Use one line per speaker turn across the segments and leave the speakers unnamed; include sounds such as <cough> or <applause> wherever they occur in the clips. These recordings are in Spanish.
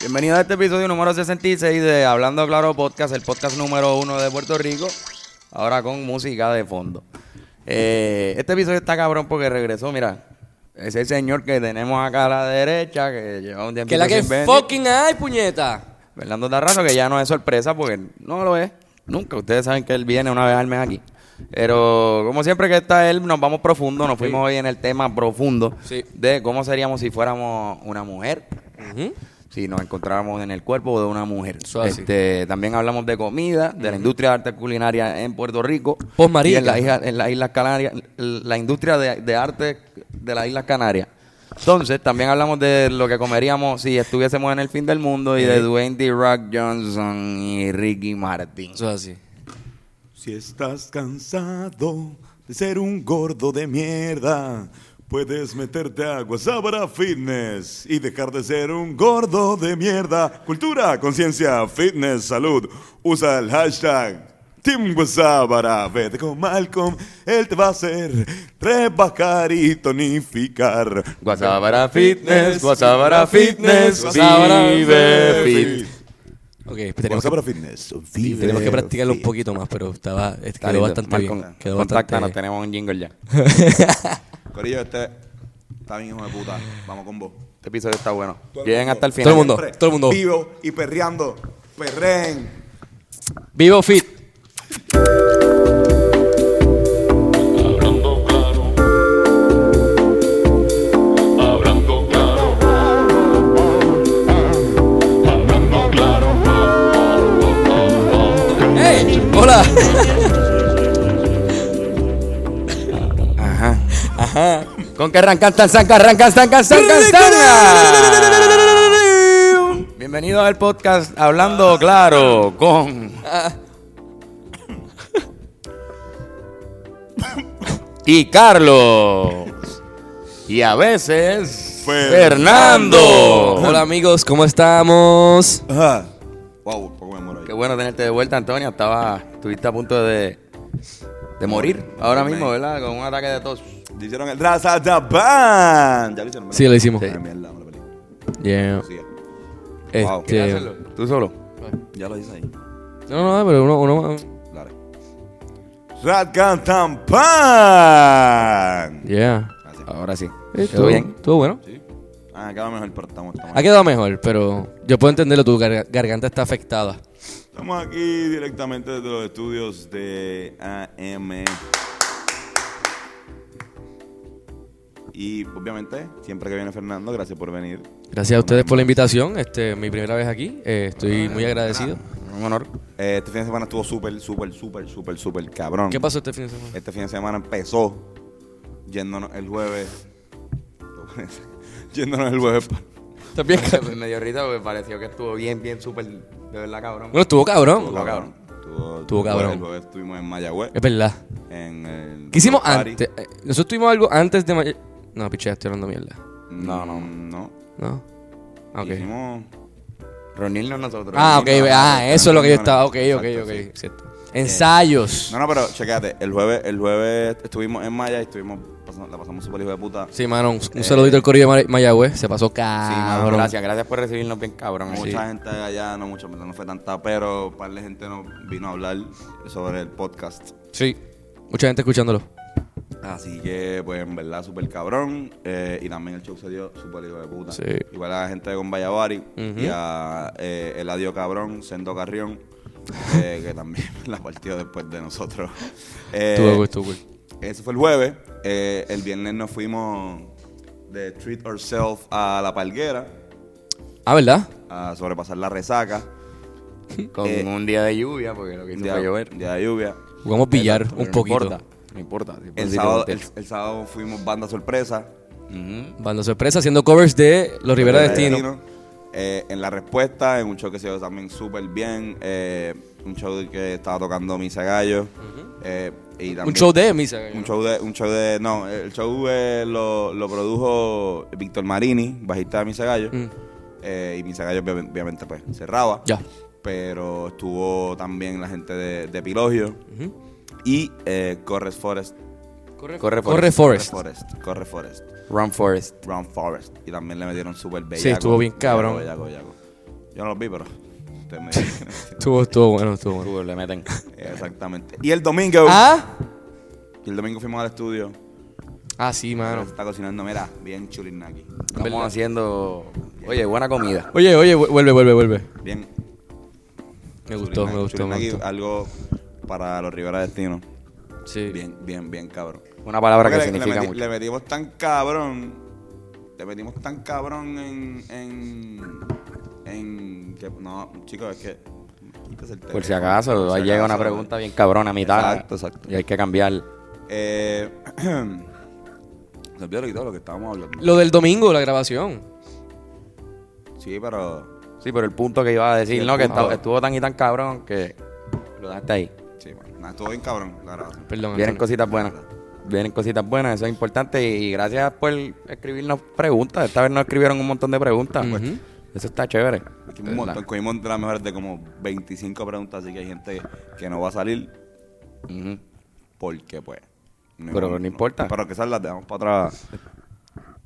Bienvenidos a este episodio número 66 de Hablando Claro Podcast, el podcast número uno de Puerto Rico, ahora con música de fondo. Eh, este episodio está cabrón porque regresó, mira, ese señor que tenemos acá a la derecha, que lleva un tiempo
Que la que
sin venir,
fucking hay, puñeta.
Fernando Tarrazo, que ya no es sorpresa porque no lo es, nunca, ustedes saben que él viene una vez al mes aquí. Pero como siempre que está él, nos vamos profundo, nos fuimos hoy en el tema profundo
Sí.
de cómo seríamos si fuéramos una mujer, si nos encontráramos en el cuerpo de una mujer.
Eso así.
Este, también hablamos de comida, de la industria de arte culinaria en Puerto Rico. Y
Postmarica.
en las islas en las Islas Canarias, la industria de, de arte de las Islas Canarias. Entonces, también hablamos de lo que comeríamos si estuviésemos en el fin del mundo y de Dwayne D. Rock Johnson y Ricky Martin.
Eso es así.
Si estás cansado de ser un gordo de mierda, puedes meterte a Guasabara Fitness y dejar de ser un gordo de mierda. Cultura, conciencia, fitness, salud. Usa el hashtag Team Guasabara. Vete con Malcolm, él te va a hacer rebajar y tonificar.
Guasabara Fitness, Guasabara Fitness,
Guasabara
vive fit.
Ok, pues tenemos que,
Guasabara Fitness, vive
tenemos que practicarlo un
fit.
poquito más, pero estaba, es-
Está
quedó
lindo.
bastante
Malcolm,
bien. Quedó
contáctanos,
bastante
tenemos un jingle ya.
Corillo, este está bien hijo de puta. Vamos con vos.
Este episodio está bueno.
Todo el
Lleguen
mundo.
hasta el final.
Todo el mundo.
Siempre
Oh, todo el mundo.
Vivo y perreando. Perreen.
Vivo Fit.
Hablando claro. Hablando claro. Hablando claro.
¡Hey! ¡Hola! <laughs>
Ajá.
Ajá.
Con que arrancan, tan, zanca, arrancan, zanca, zanca,
<laughs>
zanca. Bienvenido al podcast Hablando Claro con. Y Carlos. Y a veces. Fernando.
Hola amigos, ¿cómo estamos?
Ajá. Wow, poco me muero ahí.
Qué bueno tenerte de vuelta, Antonio. Estaba, estuviste a punto de, de morir ahora mismo, ¿verdad? Con un ataque de tos.
Le hicieron el Raza Japan. Ya lo hicieron.
Sí, lo hicimos.
Ah, mierda, me lo perdí.
Yeah.
Sí, Wow.
Este,
¿Tú solo?
ya lo hice ahí.
no, no, pero uno, uno
Dale. Ratgantampan.
Yeah.
Ahora sí.
Eh,
¿Todo bien?
Estuvo bueno.
Sí. Ah, acaba mejor, pero estamos, estamos,
Ha quedado mejor, pero yo puedo entenderlo, tu garga- garganta está afectada.
estamos aquí directamente desde los estudios de AM. Y obviamente, siempre que viene Fernando, gracias por venir.
Gracias a ustedes por la invitación. Este, mi primera vez aquí. eh, estoy muy agradecido.
Un honor.
Eh, Este fin de semana estuvo súper, súper, súper, súper, súper cabrón.
¿Qué pasó este fin de
<laughs>
semana?
Este fin de semana empezó yéndonos el jueves. <laughs> yéndonos el jueves. pa-
¿Estás bien?
Me dio risa porque pareció que estuvo bien, bien, súper. De verdad, cabrón.
Bueno, estuvo cabrón.
Estuvo cabrón. Estuvo,
cabrón.
El jueves estuvimos en Mayagüez.
Es verdad.
En el
¿Qué hicimos
party.
antes? Eh, Nosotros tuvimos algo antes de... May- No, piché, estoy hablando mierda.
No, no, Mm, no.
¿No? Ah, ok.
Hicimos.
Reunirnos nosotros.
Ah, ok.
no, no,
Ah,
no,
eso
no,
es lo que yo
no, no.
estaba... Ok, ok,
Exacto,
ok.
sí.
Cierto. Ensayos.
No, no, pero checate. El jueves, el jueves estuvimos en Maya y estuvimos, pasamos- la pasamos súper hijo de puta.
Sí, mano. Un, un saludito al corillo de May- Mayagüez. Se pasó
Ah,
cabrón.
gracias, gracias por recibirnos bien, cabrón.
Mucha gente allá, no mucha, no fue tanta, pero un par de gente nos vino a hablar sobre el podcast.
Sí. Mucha gente escuchándolo.
Así que, pues, en verdad, súper cabrón. Eh, y también el show se dio súper hijo de puta.
Sí.
Igual a la gente de Gombayabari y a eh, Eladio Cabrón, Sendo Carrión, eh, que también <laughs> la partió después de nosotros. Eh,
Estuvo cool, estuvo cool.
Eso fue el jueves. Eh, el viernes nos fuimos de Treat Ourselves a La Palguera
Ah, ¿verdad?
a sobrepasar la resaca.
Con
Eh,
un día de lluvia, porque lo que hizo
Día,
fue llover.
día de lluvia.
Jugamos billar
Pero
un poquito.
No importa. No importa. sí,
El
positivo,
sábado, el,
positivo.
el sábado fuimos banda sorpresa.
Ujú.
Mm. Banda sorpresa haciendo covers de Los Rivera Destino.
Eh, en la respuesta, en un show que se dio también súper bien. eh, un show que estaba tocando Misa Gallo. eh, y también-
Un show de misa.
Un show de, un show de, no, el show eh, lo, lo produjo Víctor Marini, bajista de Misa Gallo.
Mm.
eh, y Misa Gallo obvi- obviamente pues cerraba.
Ya.
Pero estuvo también la gente de, de Pilogio. Y eh, Corres Forest.
Corre,
Corre
Corre
Forest.
Forest.
Corre Forest. Corre Forest.
Run Forest.
Brown Forest. Y también le metieron súper bellaco.
estuvo bien cabrón.
Bellaco, bellaco, bellaco. Yo no los vi, pero. ustedes me
<laughs>
dicen.
Estuvo, estuvo bueno, estuvo bueno.
Tú, le meten.
Exactamente. Y el domingo.
¿Ah?
Y el domingo fuimos al estudio.
Ah, sí, mano.
Está cocinando, mira, bien chulinaki.
Estamos
¿Verdad?
haciendo. Oye, buena comida.
Oye, oye, vu- vuelve, vuelve, vuelve.
Bien.
Me gustó, me gustó, me
Chulinaki,
gustó.
Algo para los Rivera Destino.
Sí.
Bien, bien, bien cabrón.
Una palabra que
Porque le- le,
significa
meti-
mucho.
le metimos tan cabrón. Le metimos tan cabrón en. En. en que, no, chicos, es que. quítese el
Por si
teléfono,
acaso,
por si
ahí llega una
acaso.
pregunta bien cabrona a mitad.
Exacto, exacto.
Y hay que cambiar.
Eh, <clears throat> se olvidó lo que- todo lo que estábamos hablando.
Lo del domingo, la grabación.
Sí, pero.
Sí, pero el punto que iba a decir,
Sí,
¿no?
el
Que
punto.
esta- estuvo tan y tan cabrón que lo dejaste ahí.
Sí, bueno. Nada, estuvo bien cabrón la grabación.
Perdón.
Vienen
Antonio.
cositas buenas. Vienen cositas buenas, eso es importante. Y gracias por escribirnos preguntas. Esta vez nos escribieron un montón de preguntas. Pues,
Ujú.
Eso está chévere.
Aquí un montón, cogimos de las mejores de como 25 preguntas, así que hay gente que no va a salir
Ujú.
porque, pues.
Pero no importa.
Pero que esas las dejamos para atrás.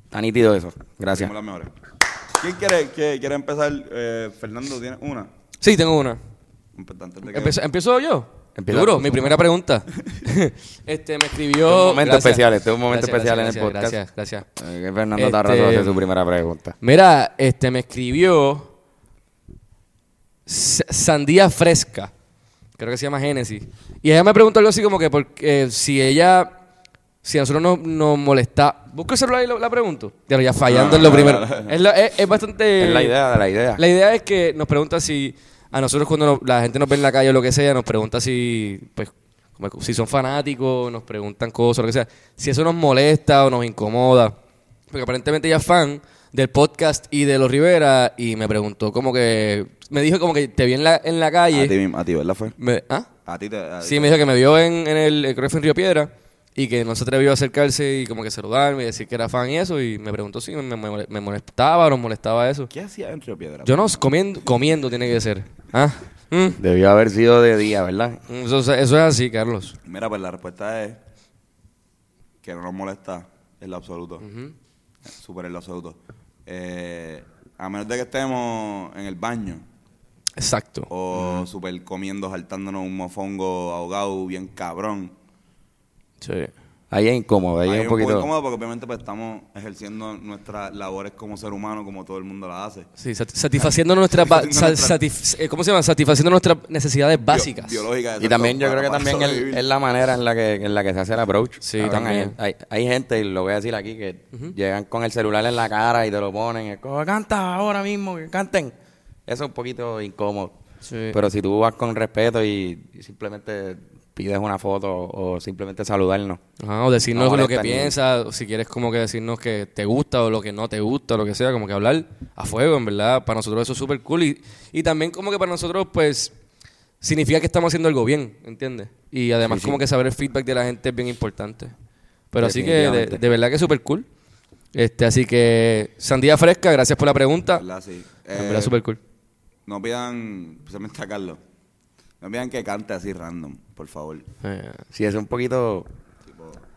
Está nítido eso. Gracias.
Hicimos las mejores. ¿Quién quiere, que- quiere empezar? Eh, Fernando, ¿tienes una?
Sí, tengo una.
Antes de que-
Empiezo, ¿empiezo yo.
Empieza
Duro,
tú,
mi
tú.
primera pregunta. <laughs> este me escribió.
Este es un momento especial, este es un momento especial en el
gracias,
podcast.
Gracias, gracias.
Eh, que Fernando
Este-
Tarrazo hace su primera pregunta.
Mira, este me escribió S- Sandía Fresca. Creo que se llama Génesis. Y ella me preguntó algo así como que porque, eh, si ella, si a nosotros nos, nos molesta. Busca el celular y lo- la pregunto. Ya, ya fallando
No,
en lo
no,
primero.
no, no, no.
Es, la- es- es bastante.
Ah. es la idea de la idea.
Eh, La idea es que nos pregunta si a nosotros cuando nos- la gente nos ve en la calle o lo que sea, nos pregunta si pues como que- si son fanáticos, nos preguntan cosas, lo que sea, si eso nos molesta o nos incomoda. Porque aparentemente ella es fan del podcast y de los Rivera y me preguntó como que me dijo como que te vi en la en la
A ti
calle.
mismo, a ti, ¿verdad fue?
Me- ¿ah?
A ti te... a-
Sí, me dijo que me vio en, en el, creo que fue en Río Piedra, y que no se atrevió a acercarse y como que saludarme y decir que era fan y eso, y me preguntó si me, me- me molestaba o nos molestaba eso.
¿Qué hacía en Río Piedra?
Yo no, comiendo, comiendo tiene que ser. Ah, mm,
Debió haber sido de día, ¿verdad?
Eso, eso es así, Carlos.
Mira, pues la respuesta es que no nos molesta en lo absoluto. Súper en lo absoluto. Eh, a menos de que estemos en el baño
Exacto.
o súper comiendo, saltándonos un mofongo ahogado bien cabrón.
Sí.
Ahí es incómodo, ahí,
Ahí
es un poquito.
incómodo porque obviamente pues estamos ejerciendo nuestras labores como ser humano como todo el mundo la hace.
sat- satisfaciendo nuestras ba- sa-
Nuestra-
satis- eh, ¿cómo se llama? Satisfaciendo nuestras necesidades básicas.
Bio- biológicas,
Y
exacto,
también yo
para-
creo que
<laughs> para
también el-
sobrevivir.
es la manera en la que en la que se hace el approach.
Sí,
Cabrón,
también.
Hay, hay- hay gente, y lo voy a decir aquí, que llegan con el celular en la cara y te lo ponen. Es como, canta ahora mismo, que canten. Eso es un poquito incómodo.
Sí.
Pero si tú vas con respeto y, y simplemente pides una foto o simplemente saludarnos.
Ajá, o decirnos
No
lo que
molesta ni-
piensas, o si quieres como que decirnos que te gusta o lo que no te gusta, o lo que sea, como que hablar a fuego, en verdad. Para nosotros eso es súper cool. Y, y también como que para nosotros, pues, significa que estamos haciendo algo bien, ¿entiendes? Y además como que saber el feedback de la gente es bien importante. Pero así que de,
Definitivamente.
de verdad que es súper cool. Este, así que, Sandía Fresca, gracias por la pregunta.
¿Verdad? Sí.
en
Eh,
verdad súper cool.
No pidan, especialmente a Carlos, no pidan que cante así random, por favor.
Eh,
Sí, es un poquito.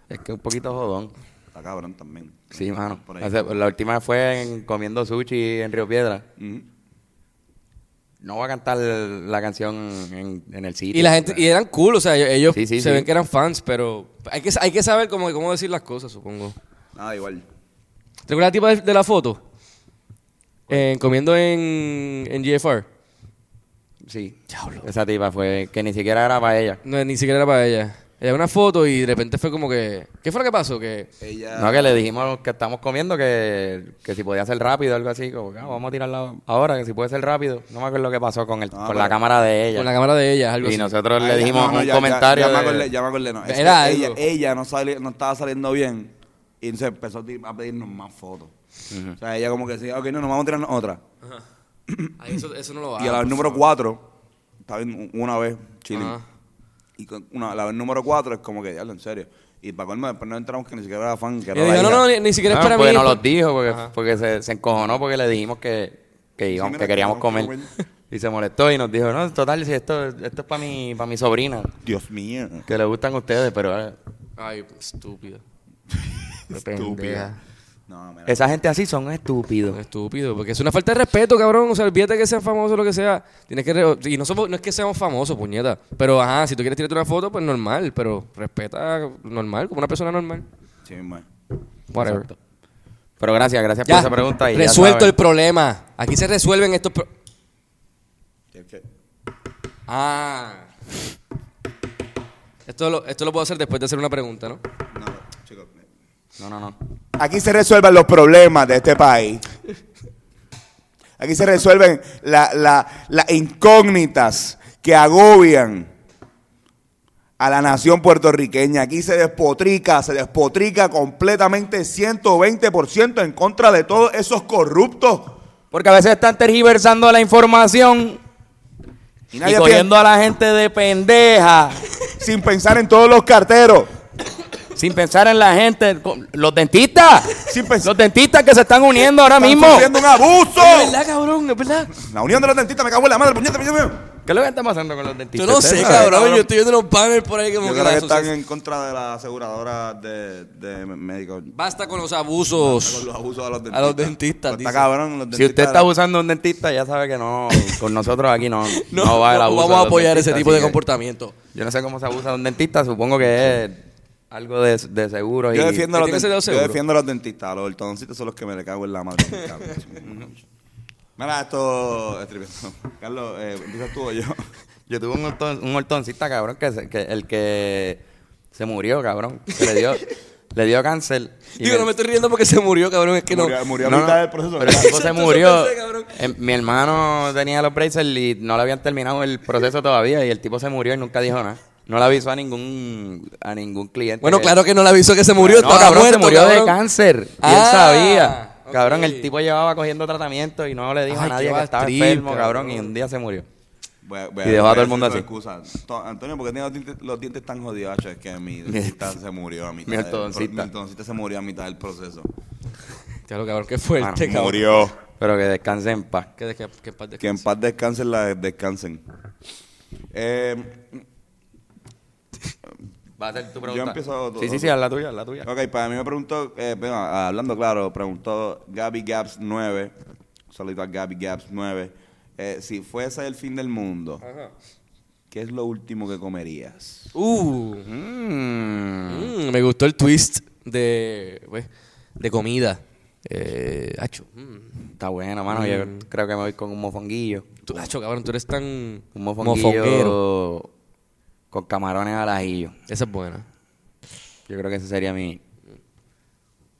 Es que un poquito jodón.
Está cabrón también.
Sí, mano.
Por ahí.
O sea, la última fue en- comiendo sushi en Río Piedra.
Ujú.
No va a cantar la canción en, en el sitio.
Y la gente, y eran cool, o sea, ellos
Sí, sí,
se
sí.
ven que eran fans, pero hay que, hay que saber como que cómo decir las cosas, supongo.
Nada, igual.
¿Te acuerdas la tipa de, de la foto? Eh, comiendo en, en GFR.
Sí. Esa tipa fue que ni siquiera era para ella.
No, ni siquiera era para ella. Era una foto y de repente fue como que... ¿Qué fue lo que pasó? Que...
Ella.
No, que le dijimos que estamos comiendo que, que si podía ser rápido algo así. Como, "Ah, vamos a tirarla ahora, que si puede ser rápido. No me acuerdo lo que pasó con, el,
Ah,
con
pero-
la cámara de ella.
Con la cámara de ella, algo
y
así.
nosotros
Ah,
le
ya,
dijimos
no, no,
un
ya- ya-
comentario.
Ya, me
de-
acordé, ya me acordé, no. Es
Era
que
algo.
ella, ella no, sali- no estaba saliendo bien y entonces empezó a ti- a pedirnos más fotos. O sea, ella como que decía, ok, no, nos vamos a tirarnos otra.
Ay, Ah, eso, eso no lo
y a la
hagas,
vez
por
número
favor.
4, estaba en- una vez chilling.
Ajá.
Y con una, la vez número 4 es como que, diablo, en serio. Y para colmo, después no entramos que ni siquiera era fan, que
Y
era
yo
la
dije, no,
hija.
no, ni, ni siquiera
No,
es para
Ah, porque
mí.
no los
pa-
dijo, porque, porque se, se encojonó porque le dijimos que, que, íbamos-
mira,
que
que
queríamos
tenemos que
comer. Y se molestó y nos dijo, no, total, si esto, esto es para mi, para mi sobrina,
Dios mío.
ah, que le gustan ustedes, pero... eh,
Ay, estúpida.
pendeja.
Estúpida. No, mira.
Esa gente así son estúpidos.
Estúpido, porque es una falta de respeto, cabrón. O sea, olvídate que sean famosos lo que sea. Tienes que re- y no somos, no es que seamos famosos, puñeta. Pero ajá, si tú quieres tirarte una foto, pues normal, pero respeta normal, como una persona normal.
Sí, mismo es.
Whatever.
Pero gracias, gracias por esa pregunta. y ya
resuelto
saben.
el problema. Aquí se resuelven estos pro-
Sí, es que-
Ah. Esto lo, esto lo puedo hacer después de hacer una pregunta, ¿no?
No, chicos.
No, no, no.
Aquí se resuelven los problemas de este país. Aquí se resuelven la- la- las incógnitas que agobian a la nación puertorriqueña. Aquí se despotrica, se despotrica completamente 120% en contra de todos esos corruptos.
Porque a veces están tergiversando la información
Y
y,
nadie
cogiendo a la gente de pendeja
piensa- sin pensar en todos los carteros.
sin pensar en la gente. Los dentistas.
Sin pensar-
Los dentistas que se están uniendo ahora
Están
mismo.
sufriendo un abuso.
Es verdad, cabrón, es verdad.
La unión de los dentistas me cago en la madre, puñeta, puñeta, puñeta.
¿Qué es lo que está pasando con los dentistas?
Yo no
Ustedes
sé,
saben.
cabrón. Yo estoy viendo los banners por ahí como
Yo
que
creo
la
que están
asocia-
en contra de las aseguradoras de, de médicos.
Basta con los
Ah,
abusos.
Con los abusos a los dentistas.
A los dentistas,
Pues
dice.
Está cabrón, los dentistas.
Si usted está abusando de un dentista, ya sabe que no. Con nosotros aquí no, no, va el
<laughs> no
abuso. de
vamos
los
a apoyar ese
dentistas,
tipo
así
de
que-
comportamiento.
Yo no sé cómo se abusa de un dentista, supongo que es algo de, de seguro.
Yo
y-
defiendo, a los
Tiene que ser de
dentistas, yo
seguro.
defiendo a los dentistas, a los ortodoncistas son los que me le cago en
<laughs>
la madre. me cago. Mira, esto. estribiendo. <laughs> Carlos, eh, empiezas tú
<laughs>
o yo.
Yo tuve un, horton- un hortoncista, cabrón, que, se- que el que se murió, cabrón. que le
<laughs>
dio, le dio cáncer. y
Digo,
me-
no me estoy riendo porque se murió, cabrón. Es que no.
Murió, murió
No,
a
no,
mitad del proceso.
Pero el <laughs> tipo
<laughs>
se
Exacto, eso
murió.
pensé, cabrón.
Eh, mi hermano tenía los braces y no le habían terminado el proceso todavía y el tipo se murió y nunca dijo nada. No le avisó a ningún a ningún cliente.
Bueno, claro que no le avisó que se murió.
No,
estaba
cabrón,
muerto,
se murió de
cabrón.
cáncer. Y
Ah,
él sabía. Cabrón,
ok.
el tipo llevaba cogiendo tratamiento y no le dijo
Ay,
a nadie
qué
que estaba
bastriz,
enfermo, cabrón,
cabrón.
y un día se murió.
Voy a- voy
Y dejó a
voy
todo el mundo
decir
así.
con excusa. To- Antonio, ¿por qué tiene los dientes, los dientes tan jodidos? Hacho, Es que mi dentista se murió a mitad.
Mi
del-
ortodoncista.
Mi ortodoncista se murió a mitad del proceso.
Claro, cabrón, qué fuerte, cabrón.
Murió.
Pero que descanse en paz.
Que, que, que en paz
Que en
descanse.
paz descansen, la descansen. Eh,
Va a ser tu
pregunta. empiezo tú,
Sí, sí,
ok.
sí, haz la tuya, haz la tuya.
Ok, para mí me preguntó, eh, bueno, hablando claro, preguntó Gaby Gaps 9, solito a Gaby Gaps 9, eh, si fuese el fin del mundo, ¿qué es lo último que comerías?
Uh,
Mm.
mm, me gustó el twist de, pues, de comida. Eh, hacho, mm.
Está buena, mano. Yo creo que me voy con un mofonguillo.
Tú, hacho, cabrón, tú eres tan
Un mofonguillo con camarones al ajillo.
Esa es buena.
Yo creo que ese sería mi...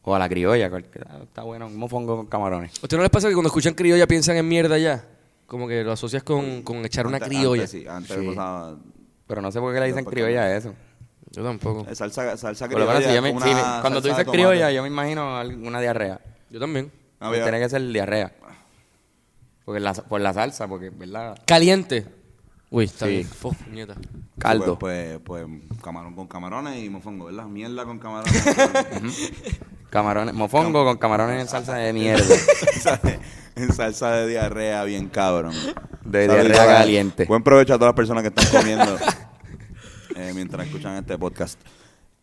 O a la criolla. cualquiera. Está bueno, un mofongo con camarones.
¿A ustedes no les pasa que cuando escuchan criolla piensan en mierda ya? Como que lo asocias con, con echar una
Antes-
criolla.
Antes,
ah.
sí, antes
Sí.
pasaba-
Pero no sé por qué le dicen criolla a eso.
Yo tampoco.
eh, salsa, salsa
Por lo menos
criolla.
si yo me-
como
si
una
me- cuando tú
salsa de
dices criolla,
tomate.
yo me imagino alguna diarrea.
Yo también.
Ah, mira.
Tiene que ser diarrea. Porque la- por la salsa, porque, ¿verdad?
Caliente. Uy, está
Sí.
bien. Fo, puñeta.
Caldo.
Pues, pues, pues, camarón con camarones y mofongo, ¿verdad? Mierda
<laughs>
con camarones. <laughs>
Camarones, mofongo con camarones en salsa de mierda.
Salsa de- en salsa de diarrea bien cabrón.
De
Saludito,
diarrea
eh.
caliente.
Buen provecho a todas las personas que están comiendo <laughs> eh, mientras escuchan este podcast.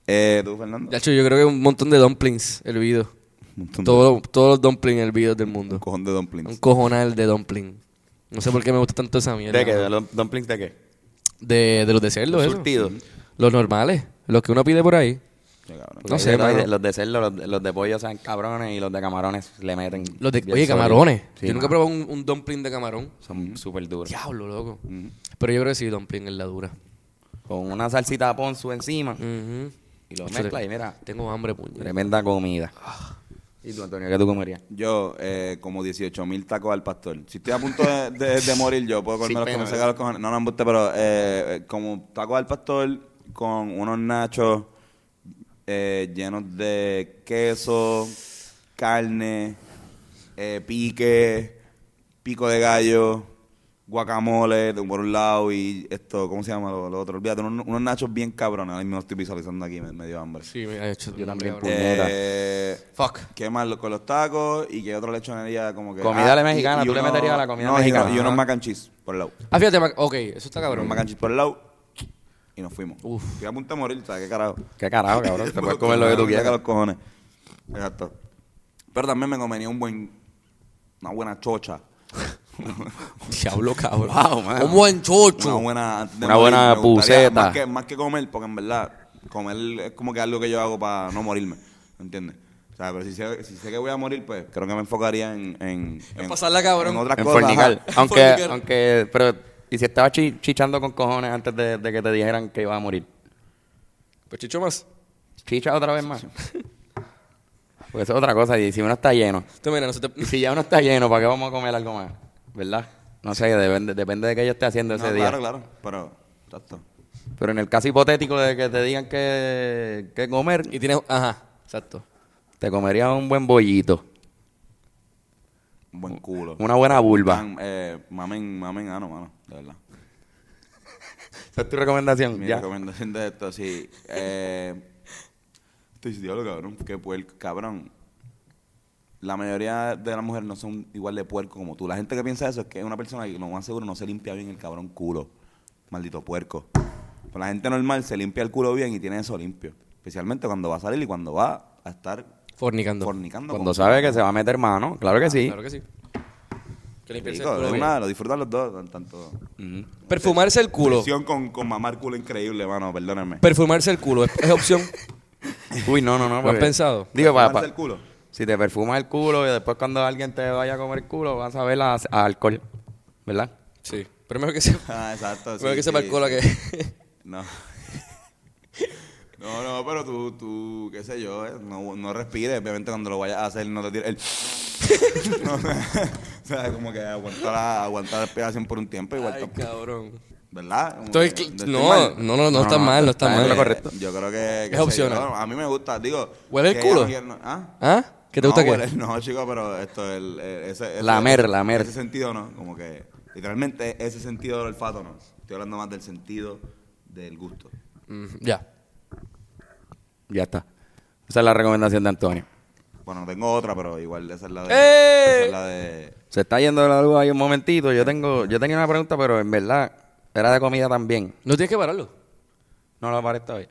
Eh, ¿Tú, Fernando?
De hecho, yo creo que un montón de dumplings hervidos.
Un montón de-
Todo- todos los dumplings hervidos del
un
mundo.
cojón de
Un
dumplings.
cojonal de dumpling. No sé por qué me gusta tanto esa mierda.
¿De qué? ¿De los dumplings de qué?
De, de los desserts,
Los
eso.
surtidos.
Los normales. Los que uno pide por ahí.
Qué cabrón.
No
Ahí
sé,
de todo hay
mano.
de- los de cerdo, los, de- los de pollo sean cabrones y los de camarones le meten.
Los de,
bien
oye,
sólido.
camarones.
Sí,
yo nunca
mano,
he probado Mm. un, un dumpling de camarón.
Son súper duros.
Diablo, loco. Pero yo creo que sí, dumpling es la dura.
Con una salsita de ponzu encima
Ujú.
y los
Mm. Eso Ah.
mezcla
te-
y mira,
Tengo hambre, puñal.
tremenda comida. ¿Y tú, Antonio, qué tú comerías?
Yo, eh, como 18 mil tacos al pastor. Si estoy a punto de, de- de morir, yo puedo comerme
Sin
los que
pena,
me sacan los cojones. No, no, embuste, pero eh, eh, como tacos al pastor con unos nachos eh, llenos de queso, carne, eh, pique, pico de gallo, guacamole de- por un lado y esto, ¿cómo se llama lo, lo otro? Olvídate, unos, unos nachos bien cabrones. Ahora mismo estoy visualizando aquí, me, me dio hambre.
Sí, me ha hecho.
Yo también,
cabrón.
puñal. puñeta.
Eh,
Fuck.
¿Qué más lo- con los tacos y qué otra lechonería como que...
Comida
ah,
mexicana, tú le
uno-
meterías a la comida
no, y uno-
mexicana.
Y unos
Ajá.
mac and cheese por el lado.
Ah, fíjate, Mac- ok, eso está
Unos
cabrón.
mac and cheese por el lado y nos fuimos.
Uf.
Estoy a punto de morir, ¿sabes qué carajo?
<laughs>
<laughs>
¿Qué carajo, cabrón? Te puedes comer lo que tú
Me saca
quieras.
los cojones. Exacto. Pero también me convenía un buen, una buena chocha.
<laughs> Diablo, cabrón.
Wow, mano.
Un buen
Una
chocho.
buena, antes de
Una buena
me gustaría-
puceta.
Más que, más que comer, porque en verdad, comer es como que algo que yo hago para no morirme. ¿Entiendes? O sea, pero si sé, si sé que voy a morir, pues creo que me enfocaría en. En,
En pasarla, cabrón.
En otras
En
cosas.
fornicar.
ajá.
Aunque,
Fornicar.
aunque, pero, ¿y si estaba chi- chichando con cojones antes de, de que te dijeran que iba a morir?
Pues chicho más.
¿Chicha otra vez
<laughs>
más? Porque eso es otra cosa, y si uno está lleno.
Tú Este, mira, no se te... <laughs>
Y si ya uno está lleno, ¿para qué vamos a comer algo más? ¿Verdad? No sé, depende, depende de qué yo esté haciendo
No,
ese día.
claro, claro. Pero, exacto.
Pero en el caso hipotético de que te digan que, que comer,
Y tienes... Ajá, exacto.
te comerías un buen bollito,
Un buen culo.
una buena vulva.
Tan, eh, mamen, mamen, ah, no, mano, de verdad.
Esa es tu recomendación.
Mi
ya.
recomendación de esto, sí. Eh, estoy diablo, cabrón, qué puerco, cabrón. La mayoría de las mujeres no son igual de puerco como tú. La gente que piensa eso es que es una persona que lo más seguro no se limpia bien el cabrón culo. Maldito puerco. Pero la gente normal se limpia el culo bien y tiene eso limpio. Especialmente cuando va a salir y cuando va a estar
Fornicando.
fornicando.
Cuando
con- Ah,
sabe que se va a meter mano, claro que sí.
Claro que sí. Que limpiarse
Rico,
el culo
de
bien.
una, lo disfrutan los dos. Tanto.
Perfumarse el culo.
Presión Con, con mamar culo increíble, mano, perdónenme.
Perfumarse el culo es, es opción.
Uy, no, no, no.
has
porque-
pensado?
Digo, pa-
Mamarse
pa-
el culo. <laughs>
si te perfumas el culo y después cuando alguien te vaya a comer el culo, vas a ver a, a alcohol, ¿verdad?
Sí. Pero mejor que se...
Ah, exacto. sí,
mejor que sepa
sí.
el culo que...
No. No, no, pero tú, tú, qué sé yo, eh, no, no respires. Obviamente cuando lo vayas a hacer no te tires el... <laughs> No, o sea, como que aguantar, la- aguantar la respiración por un tiempo igual.
Ay,
tampoco-
cabrón.
¿Verdad? Como
Estoy
que-
cl-
estoy
no,
mal.
no, no, no, está
no,
mal, no
está bien,
está mal.
lo
Eh,
correcto.
Yo creo que... qué
Es
sé
opcional.
yo, no, a mí me gusta, digo...
¿Huele el
que
culo?
no quiero- ¿Ah?
¿Ah? ¿Qué te gusta
no,
qué?
huele- No, chico, pero esto el, eh, ese, ese-
Lamer, lamer.
Ese sentido no, como que literalmente ese sentido del olfato no. Estoy hablando más del sentido del gusto.
Mm, ya.
Ya está. Esa es la recomendación de Antonio.
Bueno, tengo otra, pero igual esa es la de
¡Eh!
esa es la de
Se está yendo la luz ahí un momentito. Yo tengo, yo tenía una pregunta, pero en verdad era de comida también.
No tienes que pararlo.
No la paré esta vez.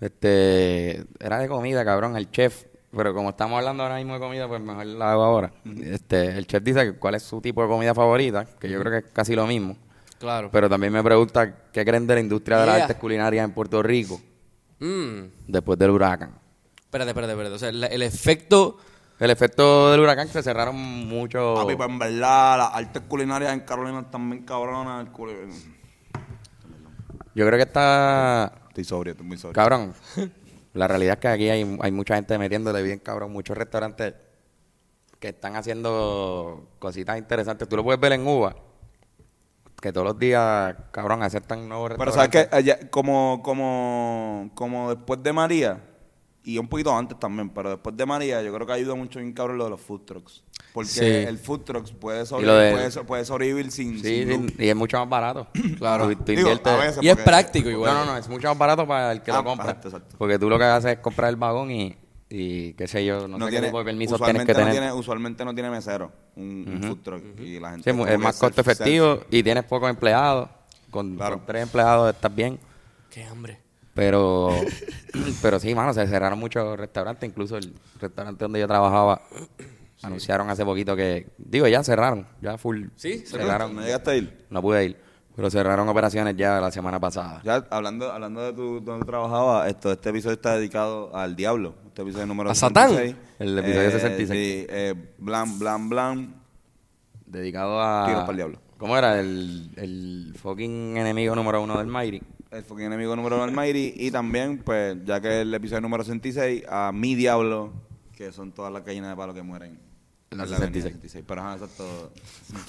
Este, era de comida, cabrón, el chef. Pero como estamos hablando ahora mismo de comida, pues mejor la hago ahora. Este, el chef dice que cuál es su tipo de comida favorita, que yo creo que es casi lo mismo.
Claro.
Pero también me pregunta qué creen de la industria de las
Yeah.
artes culinarias en Puerto Rico
Mm.
después del huracán.
Espérate, espérate, espérate. O sea, la- el efecto...
El efecto del huracán se cerraron mucho.
Papi, pues en verdad, las artes culinarias en Carolina también cabronas. el eh, culi-
Yo creo que está
Estoy sobrio, estoy muy sobrio.
Cabrón, la realidad es que aquí hay, hay mucha gente metiéndole bien, cabrón. Muchos restaurantes que están haciendo cositas interesantes. Tú lo puedes ver en Uva, que todos los días, cabrón, aceptan nuevos
Pero sabes
restaurantes.
que allá- como, como, como después de María, y un poquito antes también, pero después de María, yo creo que ayuda mucho bien cabrón lo de los food trucks. Porque
Sí.
el food trucks puede
Y lo
sobrevivir,
de-
puede, so- puede sobrevivir sin,
Sí,
sin luz.
sí, y es mucho más
<clears throat>
barato.
Claro.
Tú- tú
Digo,
inviertes-
a veces,
Y es
porque-
práctico igual.
No, no, no, es mucho más barato para el que
Ah,
lo compra.
exacto, exacto.
Porque tú lo que haces es comprar el vagón y, y qué sé yo, no,
No
sé
tiene-
qué tipo de permisos tienes
usualmente
que tener.
No tiene, usualmente no tiene mesero un, un food truck. y la gente
Sí, es mu-
como
es
que
más
self-
costo
self-
efectivo y tienes pocos empleados. Con,
Claro.
con tres empleados estás bien.
Qué hambre.
Pero, <clears throat> pero sí, mano, se cerraron muchos restaurantes, incluso el restaurante donde yo trabajaba. Anunciaron hace poquito que, digo, ya cerraron, ya full.
Sí,
cerraron.
¿No llegaste a ir?
No pude ir, pero cerraron operaciones ya la semana pasada.
Ya hablando, hablando de tu, donde tú trabajabas, esto, este episodio está dedicado al diablo. Este episodio número
¿A Satán?
66.
El episodio
Eh,
66.
sí, eh, blan, blan, blan.
Dedicado a.
Tiros pa'l diablo.
¿Cómo era? El, el fucking enemigo número uno del Mairi.
El fucking enemigo número uno del Mighty. Y también, pues, ya que el episodio número 66, a mi diablo, que son todas las gallinas de palo que mueren.
En la
en avenida
66.
Pero ajá, exacto.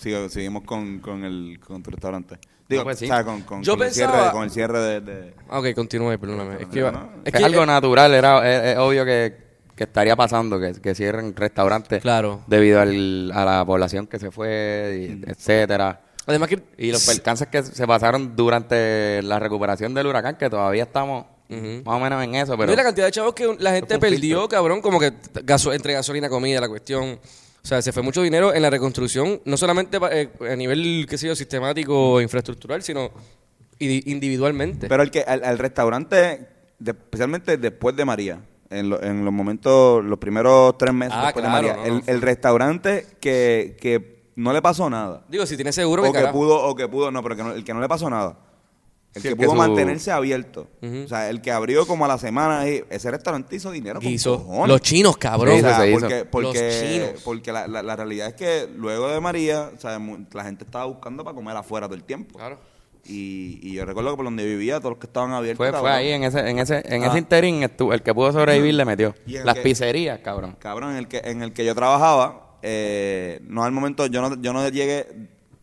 Sigo- seguimos con, con, el, con tu restaurante. Digo,
No, pues, sí.
o sea, con, con,
Yo
con
pensaba-
el cierre, con el cierre de... de-
Ah, ok, continúe, perdóname. Es que,
No,
iba-
no.
Es,
es que-
algo natural, era es, es obvio que, que estaría pasando, que, que cierren restaurantes.
Claro. Mm.
Debido al- a la población que se fue, y etcétera.
Además que...
Y los percances que se pasaron durante la recuperación del huracán, que todavía estamos más o menos en eso, pero
Mira la cantidad de chavos que la
<laughs>
gente perdió, cabrón, como que gaso- entre gasolina, comida, la cuestión. O sea, se fue mucho dinero en la reconstrucción, no solamente pa- eh, a nivel, qué sé yo, sistemático o infraestructural, sino idi- individualmente.
Pero el que, al, al restaurante, de- especialmente después de María, En, lo- en los momentos, los primeros tres meses
Ah,
después
claro,
de María.
no, no.
El, el restaurante que, que no le pasó nada.
Digo, si tienes seguro,
o
que
que
carajo.
pudo, o que pudo, no, pero que no- el que no le pasó nada. El
Sí,
que
el que
pudo
su-
mantenerse abierto.
Ujú.
O sea, el que abrió como a la semana, y ese restaurante hizo dinero. con
Guiso.
cojones.
Los chinos, cabrón.
Sí,
O sea,
se hizo.
porque
Los
porque,
chinos.
porque la, la- la realidad es que luego de María, o sea, mu- la gente estaba buscando para comer afuera todo el tiempo.
Claro.
Y, y yo recuerdo que por donde vivía, todos los que estaban abiertos.
Fue, fue
cabrón.
ahí en ese, en ese, en
Ah.
ese interín estu- el que pudo sobrevivir le metió.
Y el
Las
que-
pizzerías, cabrón.
Cabrón, en el que, en el que yo trabajaba, eh, no al momento, yo no, yo no llegué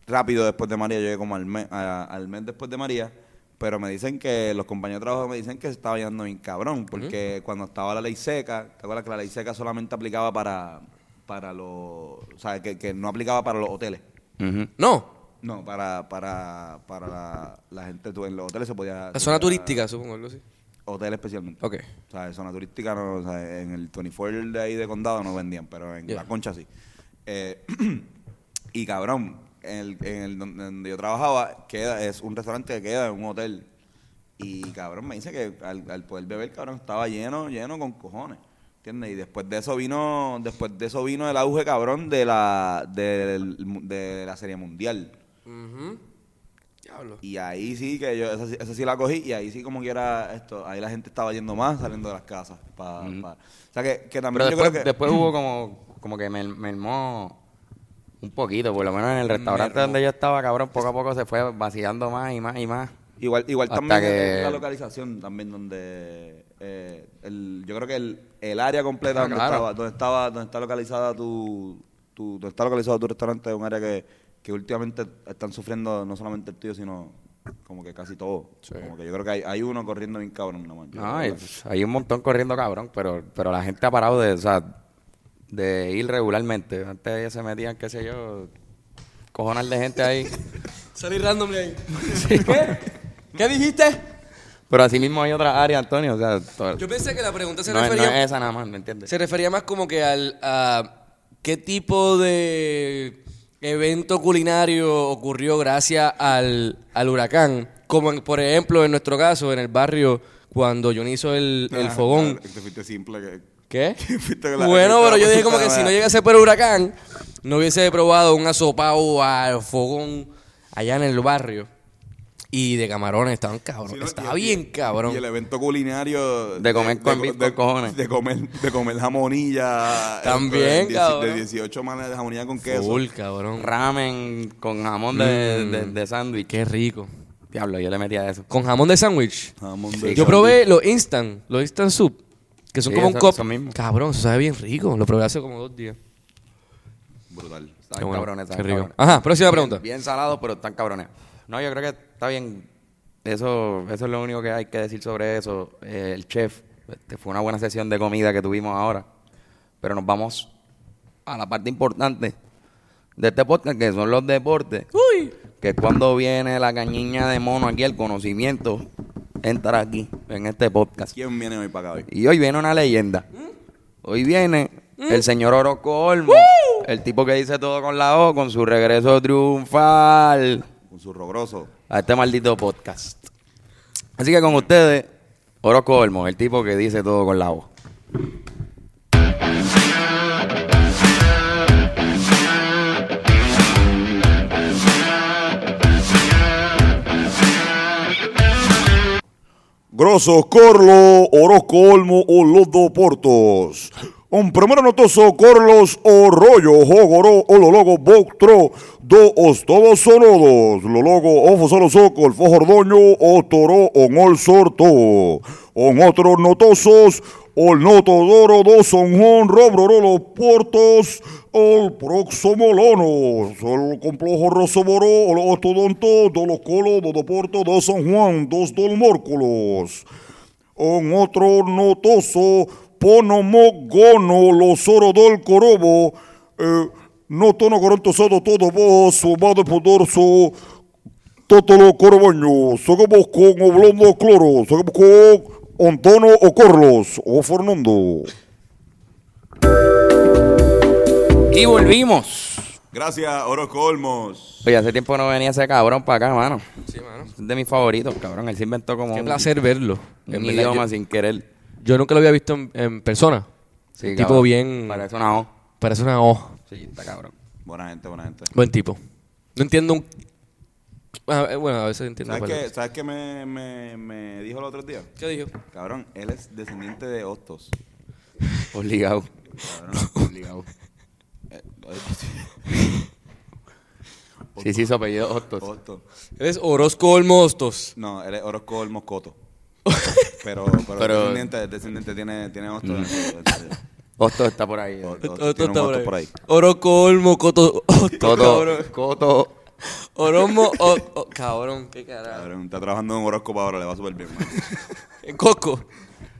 rápido después de María, yo llegué como al mes, a- al mes después de María, pero me dicen que los compañeros de trabajo me dicen que se estaba yendo bien cabrón, porque cuando estaba la ley seca, ¿te acuerdas que la ley seca solamente aplicaba para, para los, o sea, que, que no aplicaba para los hoteles?
Ujú.
No,
No, para, para, para la, la gente, tú, en los hoteles se podía...
la zona
se podía-
turística, supongo, algo así.
Hotel especialmente.
Ok.
O sea, en zona turística, no, o sea, en el 24 de ahí de condado no vendían, pero en
Yeah.
la concha sí. Eh, <clears throat> y cabrón, en el, en el don- donde yo trabajaba, queda, es un restaurante que queda en un hotel. Y cabrón, me dice que al, al poder beber, cabrón, estaba lleno, lleno con cojones. ¿Entiendes? Y después de eso vino, después de eso vino el auge, cabrón, de la, del- de la serie mundial.
Diablo.
Y ahí sí que yo, esa, sí- esa sí la cogí y ahí sí como que era esto, ahí la gente estaba yendo más saliendo de las casas. pa- pa- O sea que,
Pero
que también yo
después,
creo que...
después hubo como, como que me mermó un poquito, por lo menos en el restaurante
Mermó.
donde yo estaba, cabrón, poco a poco se fue vaciando más y más y más.
Igual, igual
Hasta
también
que-
es la localización también donde eh, el, yo creo que el, el área completa
Ah,
donde,
claro.
estaba, donde estaba, donde está localizada tu, tu- donde está localizado tu restaurante es un área que, que últimamente están sufriendo no solamente el tuyo, sino como que casi todo. Como que yo creo que hay, hay uno corriendo bien cabrón nomás. Yo
No,
creo
y,
que-
pff, hay un montón corriendo, cabrón, pero, pero la gente ha parado de, o sea, de ir regularmente. Antes ellos se metían, qué sé yo, cojonal de gente
<laughs>
ahí.
Salí random de <laughs> ahí. ¿Qué? ¿Qué dijiste?
Pero así mismo hay otra área, Antonio, o sea, todo-
Yo
no,
pensé que la pregunta se
es, no
refería...
es esa nada más, ¿me entiendes?
Se refería más como que al a qué tipo de evento culinario ocurrió gracias al, al huracán. Como en- por ejemplo en nuestro caso, en el barrio, cuando Johnny hizo el,
Ah,
el fogón.
Te fuiste simple que... <laughs>
¿Qué?
fuiste con la-
Bueno, pero yo dije como que
Claro,
si no
¿verdad?
llegase por el huracán, no hubiese probado un asopado al fogón allá en el barrio. Y de camarones, estaban cabrón.
Sí, no,
Estaba
y- y-
bien cabrón.
Y el evento culinario...
De comer con beef con cojones.
De comer, de comer jamonilla...
También,
eh, de-
cabrón.
De 18 manas de jamonilla con queso.
Full, cabrón.
Ramen con jamón de, de,
Mm.
de sándwich.
Qué rico.
Diablo, yo le metía eso.
Con jamón de sándwich.
Jamón de
Yo
sándwich.
probé los instant, los instant soup, que son
Sí,
como un
eso-
cop.
eso mismo.
Cabrón, eso sabe bien rico. Lo probé hace como dos días.
Brutal.
Están
Qué bueno,
cabrones,
qué
están
rico.
cabrones.
Ajá, próxima pregunta.
Bien salados, pero están cabrones. No, yo creo que está bien. Eso, eso es lo único que hay que decir sobre eso. Eh, el chef, este, fue una buena sesión de comida que tuvimos ahora. Pero nos vamos a la parte importante de este podcast, que son los deportes.
Uy.
Que es cuando viene la cañiña de mono aquí, el conocimiento, entra aquí, en este podcast.
¿Quién viene hoy para acá hoy?
Y hoy viene una leyenda.
Mm.
Hoy viene el señor Orozco Olmo, el tipo que dice todo con la O, con su regreso triunfal
Con su rogroso.
a este maldito podcast. Así que con ustedes, Orozco Olmo, el tipo que dice todo con la O.
Grosso Corlo, Orozco Olmo o los dos Portos. Un primero notoso Corlos Orroyo, Jogoró, Olologo, Boctro, Do Ostobos Sonodos, Lologo, Ofo Solo Soco, Olfo Jordoño, Otoro, Onol Sorto, On otros notosos, Ol Notodoro, Dos Onjón, Robroro, Los Portos, Ol Proxomolonos, Ol Complojo Rosoboro, Ol Ostodonto, Dolos Colo, Dodoporto, Dos San Juan, Dos Dolmórcolos. On otro notoso, Ponomogono, los oro del corobo, eh, no tono coronto sodo todo vos, sumado por dorso, totolo coroboño, sogamos con oblondo cloro, sogamos con ontono o corlos, o fornondo.
Y volvimos.
Gracias, Orozco Olmos.
Oye, hace tiempo no venía ese cabrón para acá, mano.
Sí, mano.
Es de mis favoritos, cabrón. Él se inventó como
Qué
un,
placer verlo.
un
En verdad,
idioma
yo-
sin querer.
Yo nunca lo había visto en, en persona.
Sí,
tipo
cabrón.
bien.
Parece una O.
parece una O.
Sí, está cabrón.
Buena gente, buena gente.
Buen tipo. No entiendo un. Ah, eh, Bueno, a veces entiendo.
¿Sabes
palabras.
qué, ¿sabes qué me, me, me dijo el otro día?
¿Qué dijo?
Cabrón, él es descendiente de Hostos.
Obligado.
Cabrón, obligado. Eh,
Sí, sí, su apellido es Hostos.
Hostos.
Eres Orozco Olmostos.
No, él es Orozco Olmos Coto. Pero, pero,
Pero-
descendiente, el descendiente tiene, tiene Hostos.
Hostos está por ahí.
Hostos.
Esto- esto
Tiene un
está
voto por ahí.
Orozco Olmo, Coto. <laughs> Hostos, cabrón.
Coto, Coto.
Oromo. o- o- cabrón, qué carajo.
Cabrón, está trabajando en un horóscopo ahora, le va súper bien, man.
En Eh, Coco.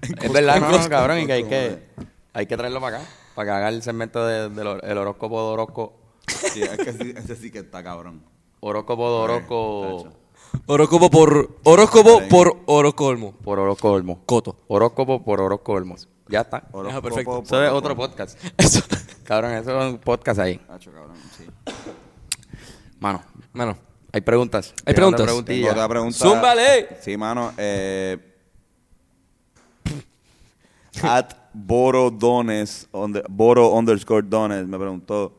Es verdad, no, no, cabrón, y que hay
Coto,
que, hay que traerlo para acá. Para que haga el segmento de- del hor- el horóscopo de Orozco.
Sí, es que sí, ese sí que está cabrón.
Ah,
Horóscopo de Orozco.
tacho.
Horóscopo por. Horóscopo por Orozco Olmo.
Por Orozco Olmos.
Coto.
Horóscopo por Orozco Olmos. Ya está.
Horóscopo
perfecto.
por-
Eso es otro podcast.
Eso. <laughs>
Cabrón, eso es un podcast ahí.
Tacho, cabrón, sí.
Mano,
Mano.
hay preguntas.
Hay
Tengo otra
preguntas.
Tengo
preguntilla.
otra pregunta.
¡Zúmbale!
Sí, mano. Eh, at Boro Dones, under- Boro underscore Dones, me preguntó,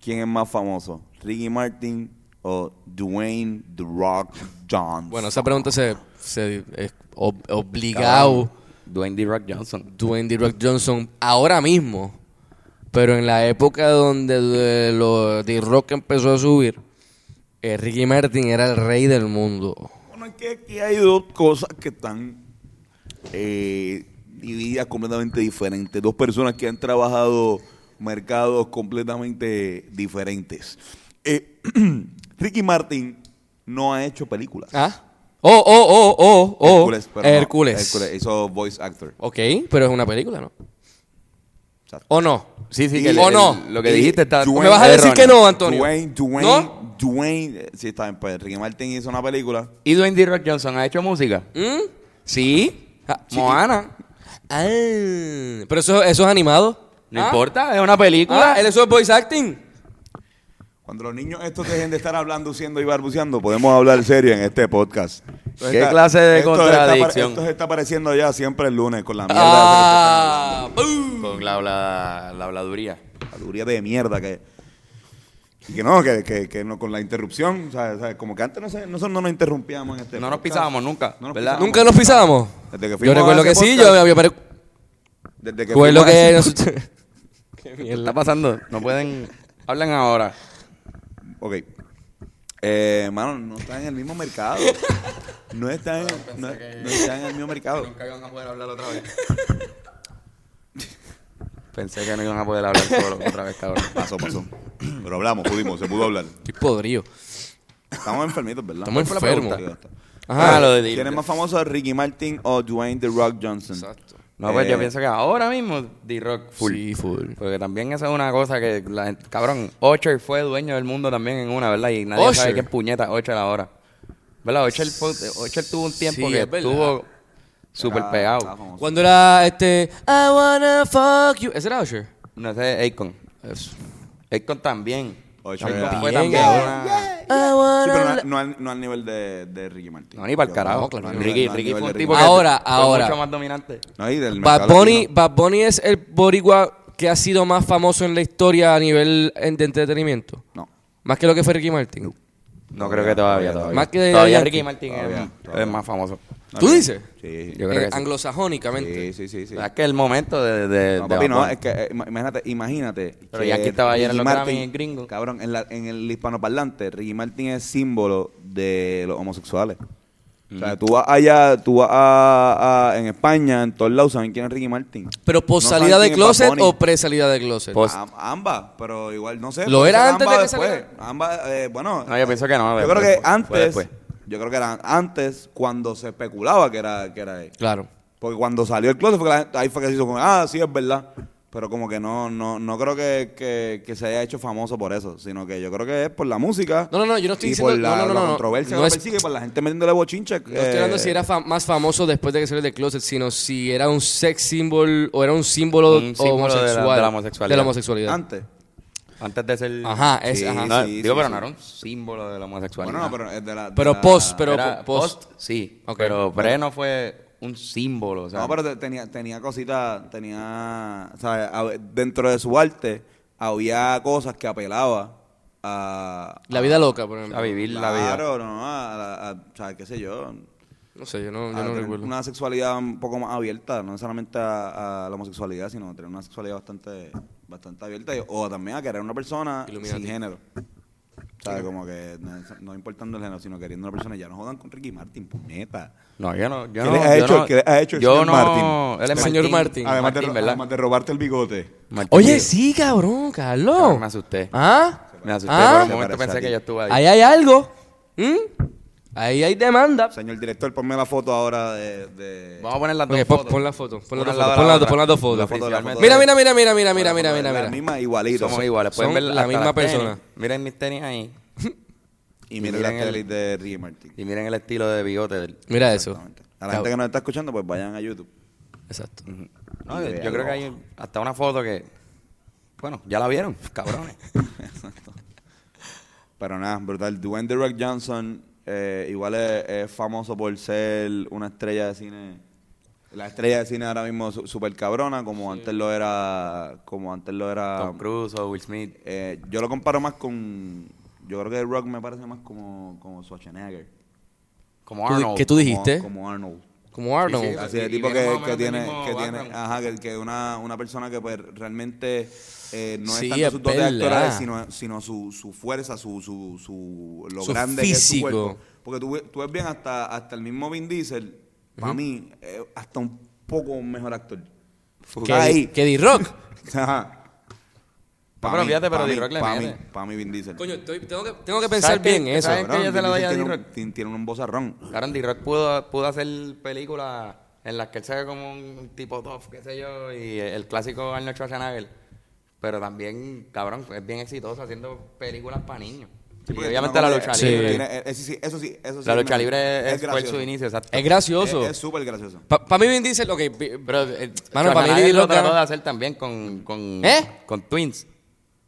¿quién es más famoso? ¿Ricky Martin o Dwayne The Rock Johnson?
Bueno, esa pregunta se. se es ob- obligado.
Dwayne D. Rock Johnson.
Dwayne The Rock Johnson ahora mismo, pero en la época donde de- lo- The Rock empezó a subir, eh, Ricky Martin era el rey del mundo.
Bueno, es que aquí hay dos cosas que están eh, divididas completamente diferentes. Dos personas que han trabajado mercados completamente diferentes. Eh, <clears throat> Ricky Martin no ha hecho películas.
¿Ah? Oh, oh, oh, oh, oh.
Hércules, pero no,
Hércules.
Hércules, hizo voice actor.
Ok, pero es una película, ¿no?
Exacto.
¿O no?
Sí, sí,
Y-
que el-
¿O
el-
no?
lo que
Y
dijiste está.
Dwayne
¿Me vas a decir
erróneo.
que no, Antonio?
Dwayne, Dwayne,
¿No?
Dwayne, eh, sí, está bien, pues Ricky Martin hizo una película.
¿Y Dwayne D. Rock Johnson ha hecho música?
¿Mm?
Sí.
Ah, sí.
Moana.
Ah, pero eso, eso es animado.
No
¿Ah?
importa, es una película.
Ah, ¿Eso es voice acting?
Cuando los niños estos dejen de estar hablando, siendo y barbuceando, podemos hablar serio en este podcast. Esto
¿Qué clase de
esto está pare-
contradicción?
esto se está apareciendo ya siempre el lunes con la mierda.
Ah, boom.
Con la, habla- la habladuría.
esa que- La duría de mierda que... Y que no, que, que, que no, con la interrupción, o sea, o sea, como que antes no se- nosotros no nos interrumpíamos en este
No nos
podcast.
pisábamos nunca,
No nos
¿verdad?
pisábamos.
¿Nunca nos pisábamos?
Desde que
yo
fuimos
recuerdo
a
que
ese
sí, yo
podcast.
había...
Desde que
Recuerdo
fuimos a
que...
ese-
nosotros- Qué
¿Qué
mierda.
está pasando? No pueden. Hablan ahora.
Ok. Eh, mano, no están en el mismo mercado. No están, en, no, no están en el mismo mercado.
iban a poder hablar otra vez. <laughs> Pensé que no iban a poder hablar solo otra vez, cabrón.
Pasó, pasó. Pero hablamos, pudimos, se pudo hablar.
<laughs> Estoy podrido.
Estamos enfermitos, ¿verdad?
Estamos
¿Cuál fue la
enfermos.
pregunta?
Ajá,
Ajá.
Ah, lo de
¿Quién es más famoso, Ricky Martin o Dwayne The Rock Johnson?
Exacto.
No, pues
Eh,
yo pienso que ahora mismo D-Rock full.
Sí, full.
Porque también esa es una cosa que la gente, cabrón, Ocher fue dueño del mundo también en una, ¿verdad? Y nadie sabe
Usher.
qué puñeta Ocher ahora. ¿Verdad? Ocher, fue- Ocher tuvo un tiempo
Sí,
que
es verdad.
estuvo súper
Era- estaba
pegado.
Ah, famoso.
Cuando era este... I wanna fuck you. ¿Ese era Usher?
No sé, Akon.
Eso.
Akon también.
Usher
También
era-
fue
Bien,
también
eh.
una-
I
Sí, pero
wanna...
no, no al, no al nivel de, de Ricky Martin.
No, ni para el
Yo-
carajo.
No, claro, no,
Ricky,
no,
Ricky
no,
fue
no,
un
no,
tipo
no,
que
Ahora,
fue
ahora.
mucho más dominante.
No, y del
Bad
mercado
Bunny,
latino.
Bad Bunny es el boricua que ha sido más famoso en la historia a nivel en- de entretenimiento.
No.
Más que lo que fue Ricky Martin.
No creo que todavía, todavía.
todavía.
Más que
todavía
Yankee.
Ricky Martin es-
Todavía,
es,
todavía.
más famoso.
¿Tú dices?
Sí, sí.
Yo creo
Eh,
que sí.
anglosajónicamente.
Sí, sí, sí, sí.
Es que el momento de... de-
No,
de
papi, no,
Bad Bunny.
es que eh, ima- imagínate, imagínate.
Pero
que
ya aquí estaba ayer en
Ricky
los Grammy, el gringo.
Cabrón, en, la- en el hispanoparlante, Ricky Martin es símbolo de los homosexuales. O sea, tú vas allá, tú vas a, a- en España, en todos lados, saben quién es Ricky Martin.
Pero post
No saben
salida de
quién es Bad
closet
Bunny.
o pre salida de closet.
Post.
Am- ambas, pero igual, no sé.
¿Lo
puede
era
ser
antes
ambas
de que
después.
saliera?
Ambas, eh, bueno.
No, yo pienso que no.
yo
después-
creo que
fue
antes,
después.
yo creo que era antes cuando se especulaba que era, que era él.
Claro.
Porque cuando salió el closet, fue que la gente- ahí fue que se hizo como, ah, sí, es verdad. Pero como que no, no, no creo que, que, que se haya hecho famoso por eso, sino que yo creo que es por la música.
No, no, no, yo no estoy
y
diciendo-
por la,
no, no, no,
la
no, no.
controversia
No
que
es-
lo persigue, por la gente metiéndole eh, bochincha.
No estoy hablando si era fa- más famoso después de que salió de Closet, sino si era un sex symbol o era un símbolo,
Un símbolo de la-
homosexual.
de la homosexualidad.
De la homosexualidad.
antes.
Antes de ser...
Ajá, es-
Sí,
ajá.
No,
sí,
digo,
sí,
pero
sí.
no era un símbolo de la homosexualidad.
Bueno, no, pero es de la. de
Pero
la-
post, pero
Era
post.
sí.
Ok.
Pero pre no fue un símbolo. O sea,
No, pero te- tenía, tenía cositas, tenía, o sea, a- dentro de su arte había cosas que apelaba a...
La vida loca, por ejemplo.
a vivir la vida.
Claro, no, a, la- a- o sea, qué sé yo,
No sé, yo no, yo
a
no
tener
recuerdo.
una sexualidad un poco más abierta, no necesariamente a, a la homosexualidad, sino tener una sexualidad bastante bastante abierta y- o también a querer una persona
Illuminati.
sin género. O sea, como que no, no importando el género, sino queriendo una persona. Ya no jodan con Ricky Martin, puñeta.
No, yo no. Yo
¿Qué
no
le ha
yo
hecho-
no-
qué le ha hecho el
yo
señor
no,
Martín?
él es
Señor Martín.
Además, de,
Martín,
ro-
¿verdad?
además de robarte el bigote.
Martín.
Oye, sí, cabrón, Carlos.
Cabrón, me asusté.
¿Ah?
Me asusté
¿Ah?
por un momento,
Parece a
pensé
ti.
que yo estuve ahí.
Ahí hay algo. ¿Mm? Ahí hay demanda.
Señor director, ponme la foto ahora de... de-
Vamos a poner las
Ok,
dos
pon,
fotos.
pon la foto, pon las
Una
dos
al lado
fotos,
de
pon
la
las dos-
otra.
pon las dos fotos.
La foto de la foto
Mira, mira, mira, mira, mira, mira,
Bueno,
mira,
pues,
mira,
La
mira.
misma igualito.
Somos iguales. Pueden
son
ver
la
hasta
misma
las tenis.
persona.
Miren mis tenis ahí.
Y miren
Y
la
miren el-
tele de Ricky Martin.
Y miren el estilo de bigote del.
Mira eso.
A la gente que nos está escuchando, pues vayan a YouTube.
Exacto.
No,
Y
yo,
vean
yo creo que
lo-
hay hasta una foto que. Bueno, ya la vieron, <laughs> cabrones.
Pero nada, brutal. Dwayne The Rock Johnson eh, igual es, es famoso por ser una estrella de cine. La estrella de cine ahora mismo su- super cabrona, como antes lo era. Como antes lo era.
Tom Cruise o Will Smith.
Eh, yo lo comparo más con. Yo creo que The Rock me parece más como, como Schwarzenegger.
Como
Tú-
Arnold.
¿Qué tú
Como-
dijiste?
Como, Arnold.
Como Arnold.
Sí,
Así de
y-
tipo
y
que,
viene más o
que
menos del
tiene,
mismo
que tiene,
background.
ajá, que, que una, una persona que pues realmente eh, no
Sí,
es tanto
es
sus dotes actorales,
verdad.
sino, sino su, su fuerza, su, su, su lo
Su
grande que es su
físico.
cuerpo. Porque tú, ve- tú ves bien hasta, hasta el mismo Vin Diesel, para mí, eh, hasta un poco mejor actor.
Que-
Ahí. <laughs>
Que D-Rock.
Ajá. Pa'
pero
mí,
fíjate, pero
pa' mí,
D-Rock le
pa' mí,
mete.
Para mí Vin Diesel.
Coño, estoy- tengo que, tengo que pensar
qué?
bien eso.
¿Sabes? Es que
Cabrón,
yo se la
Vin
doy
Diesel
a
tiene un-
D-Rock.
ti- Tiene un bozarrón.
Claro, D-Rock pudo, pudo hacer películas en las que él se ve como un tipo tough, qué sé yo, y el clásico Arnold Schwarzenegger. Pero también, cabrón, es bien exitoso haciendo películas para niños. y
porque
obviamente
tiene
la
una
lucha
comedia.
libre.
Tiene- eh, Eso sí, eso sí. eso sí
La
es
lucha
mejor.
libre es, fue
gracioso.
su inicio, exacto.
Es gracioso.
Es- Es súper gracioso.
Para mí Vin Diesel, ok. vi-
Pero, eh,
Mano, para mí
Schwarzenegger
D-Rock
lo trató
gana.
de hacer también con, con,
¿Eh?
con Twins.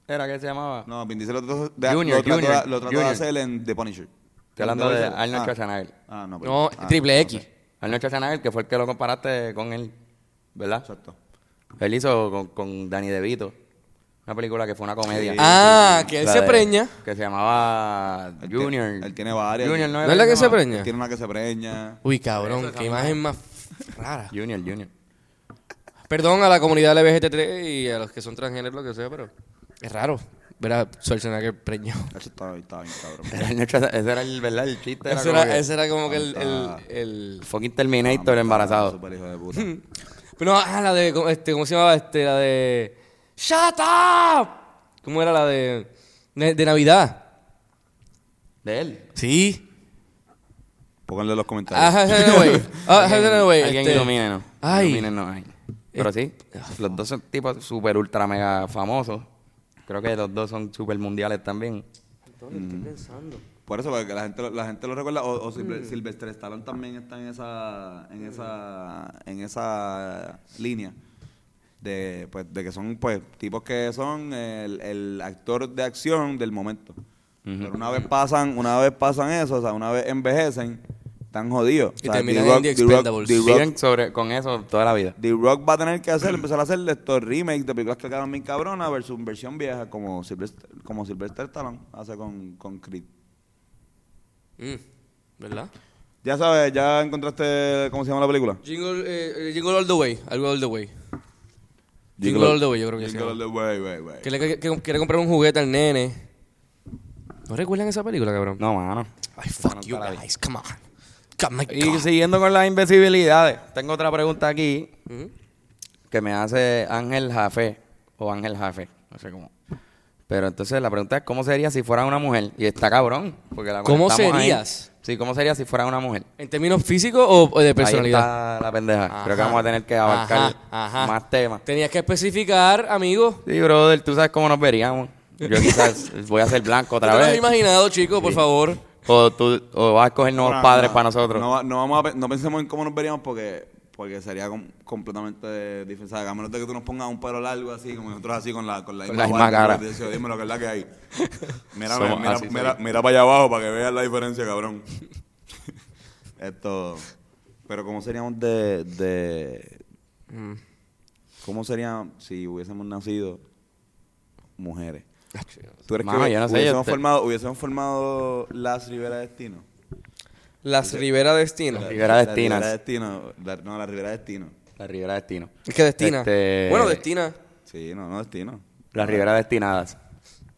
¿Era que se llamaba?
No, Vin Diesel lo trató de,
Junior,
lo trató de-
Junior,
lo trató
Junior.
de hacer en The Punisher.
Estoy hablando de
¿En The
Arnold
Punisher?
Schwarzenegger.
Ah, ah, no, pero-
No,
ah,
Triple
no
X.
sé.
Arnold Schwarzenegger, que fue el que lo comparaste con él, ¿verdad?
Exacto.
Él hizo con, con Danny DeVito. Una película que fue una comedia.
Ah, que él
La
se
de-
preña.
Que se llamaba
Él tiene-
Junior.
él tiene varias.
Junior no,
¿No
era
es la que se
llamaba?
preña?
Tiene una que se preña.
Uy, cabrón, qué imagen más rara.
Junior, Junior. <laughs>
Perdón a la comunidad LBGT3 y a los que son transgénero, lo que sea, pero es raro ver a Schwarzenegger preñado.
Eso estaba, estaba bien
<laughs>
cabrón.
Era el- Ese era el, ¿verdad? El chiste. Era
Ese
como
era,
que
ese era como que el...
Ah.
el, el-
el fucking Terminator embarazado.
Súper hijo de puta.
Pero no, ah, la de... ¿cómo- Este, ¿Cómo se llamaba? Este, la de... ¡Shut up! ¿Cómo era la de... de de Navidad?
De él.
Sí.
Pónganle los comentarios.
Ah,
<laughs>
anyway. Ah, anyway.
Alguien
este-
ilumínenos.
Ay.
Ilumínenos ahí. Pero sí, los dos son tipos super ultra mega famosos. Creo que los dos son super mundiales también.
Por eso, porque la gente, lo- la gente lo recuerda. O, o Silve- Sylvester Stallone también está en esa, en esa, en esa línea. De, pues, de que son pues tipos que son el, el actor de acción del momento. Pero una vez pasan, una vez pasan eso, o sea, una vez envejecen, están jodidos.
Y
o sea,
terminan
D-Rock-
en The
D-Rock-
Expendables.
D-Rock-
Viven sobre, con eso toda la vida.
The Rock va a tener que hacer, empezar a hacer estos remakes de películas que quedaron bien cabronas versus versión vieja como Sylvester, como Sylvester Stallone hace con, con Creed.
Mm, ¿Verdad?
Ya sabes, ya encontraste cómo se llama la película.
Jingle, eh, eh, Jingle All The Way. Algo All The Way. Jingle All The Way, yo creo que sí.
Jingle All the way, way, way.
Que le que- que quiere comprar un juguete al nene. ¿No recuerdan esa película, cabrón?
No, mano.
Ay, fuck you guys. Come on. Come my
Y
God.
siguiendo con las invisibilidades, tengo otra pregunta aquí que me hace Ángel Jafé o Ángel Jafé, no sé cómo. Pero entonces la pregunta es cómo sería si fuera una mujer y está cabrón, porque la
¿Cómo
conectamos ahí.
serías?
Sí, cómo sería si fuera una mujer.
¿En términos físicos o, o de personalidad?
Ahí está la pendeja. Creo que
Ajá.
vamos a tener que abarcar
Ajá, ajá.
más temas.
Tenías que especificar, amigo.
Sí, brother, tú sabes cómo nos veríamos. Yo
<laughs>
quizás voy a ser blanco
¿Tú
otra
te lo has
vez.
imaginado, chico, por favor.
O tú o vas a escoger nuevos
No,
padres
no,
para nosotros.
No, no vamos a pe- no pensemos en cómo nos veríamos porque, porque sería com- completamente diferente. ¿sabes? A menos de que tú nos pongas un pelo largo así, como nosotros así con la, con la
Con la misma
barba,
cara.
como te decía, Dime lo que es la que hay. Mira,
Somos
mira,
así,
mira, mira para allá abajo para que veas la diferencia, cabrón. <laughs> Esto. Pero ¿cómo seríamos de... de ¿Cómo seríamos si hubiésemos nacido mujeres? ¿Tú crees
Mano,
que
yo no sé, yo
hubiésemos,
te-
formado, hubiésemos formado las Rivera Destino?
Las Rivera Destino.
La-
Rivera
la
Destinas.
Rivera Destino. la- no, la Rivera Destino.
La Rivera Destino.
Es que Destina.
Este-
Bueno, Destina.
Sí, no, no Destino.
Las Rivera Destinadas.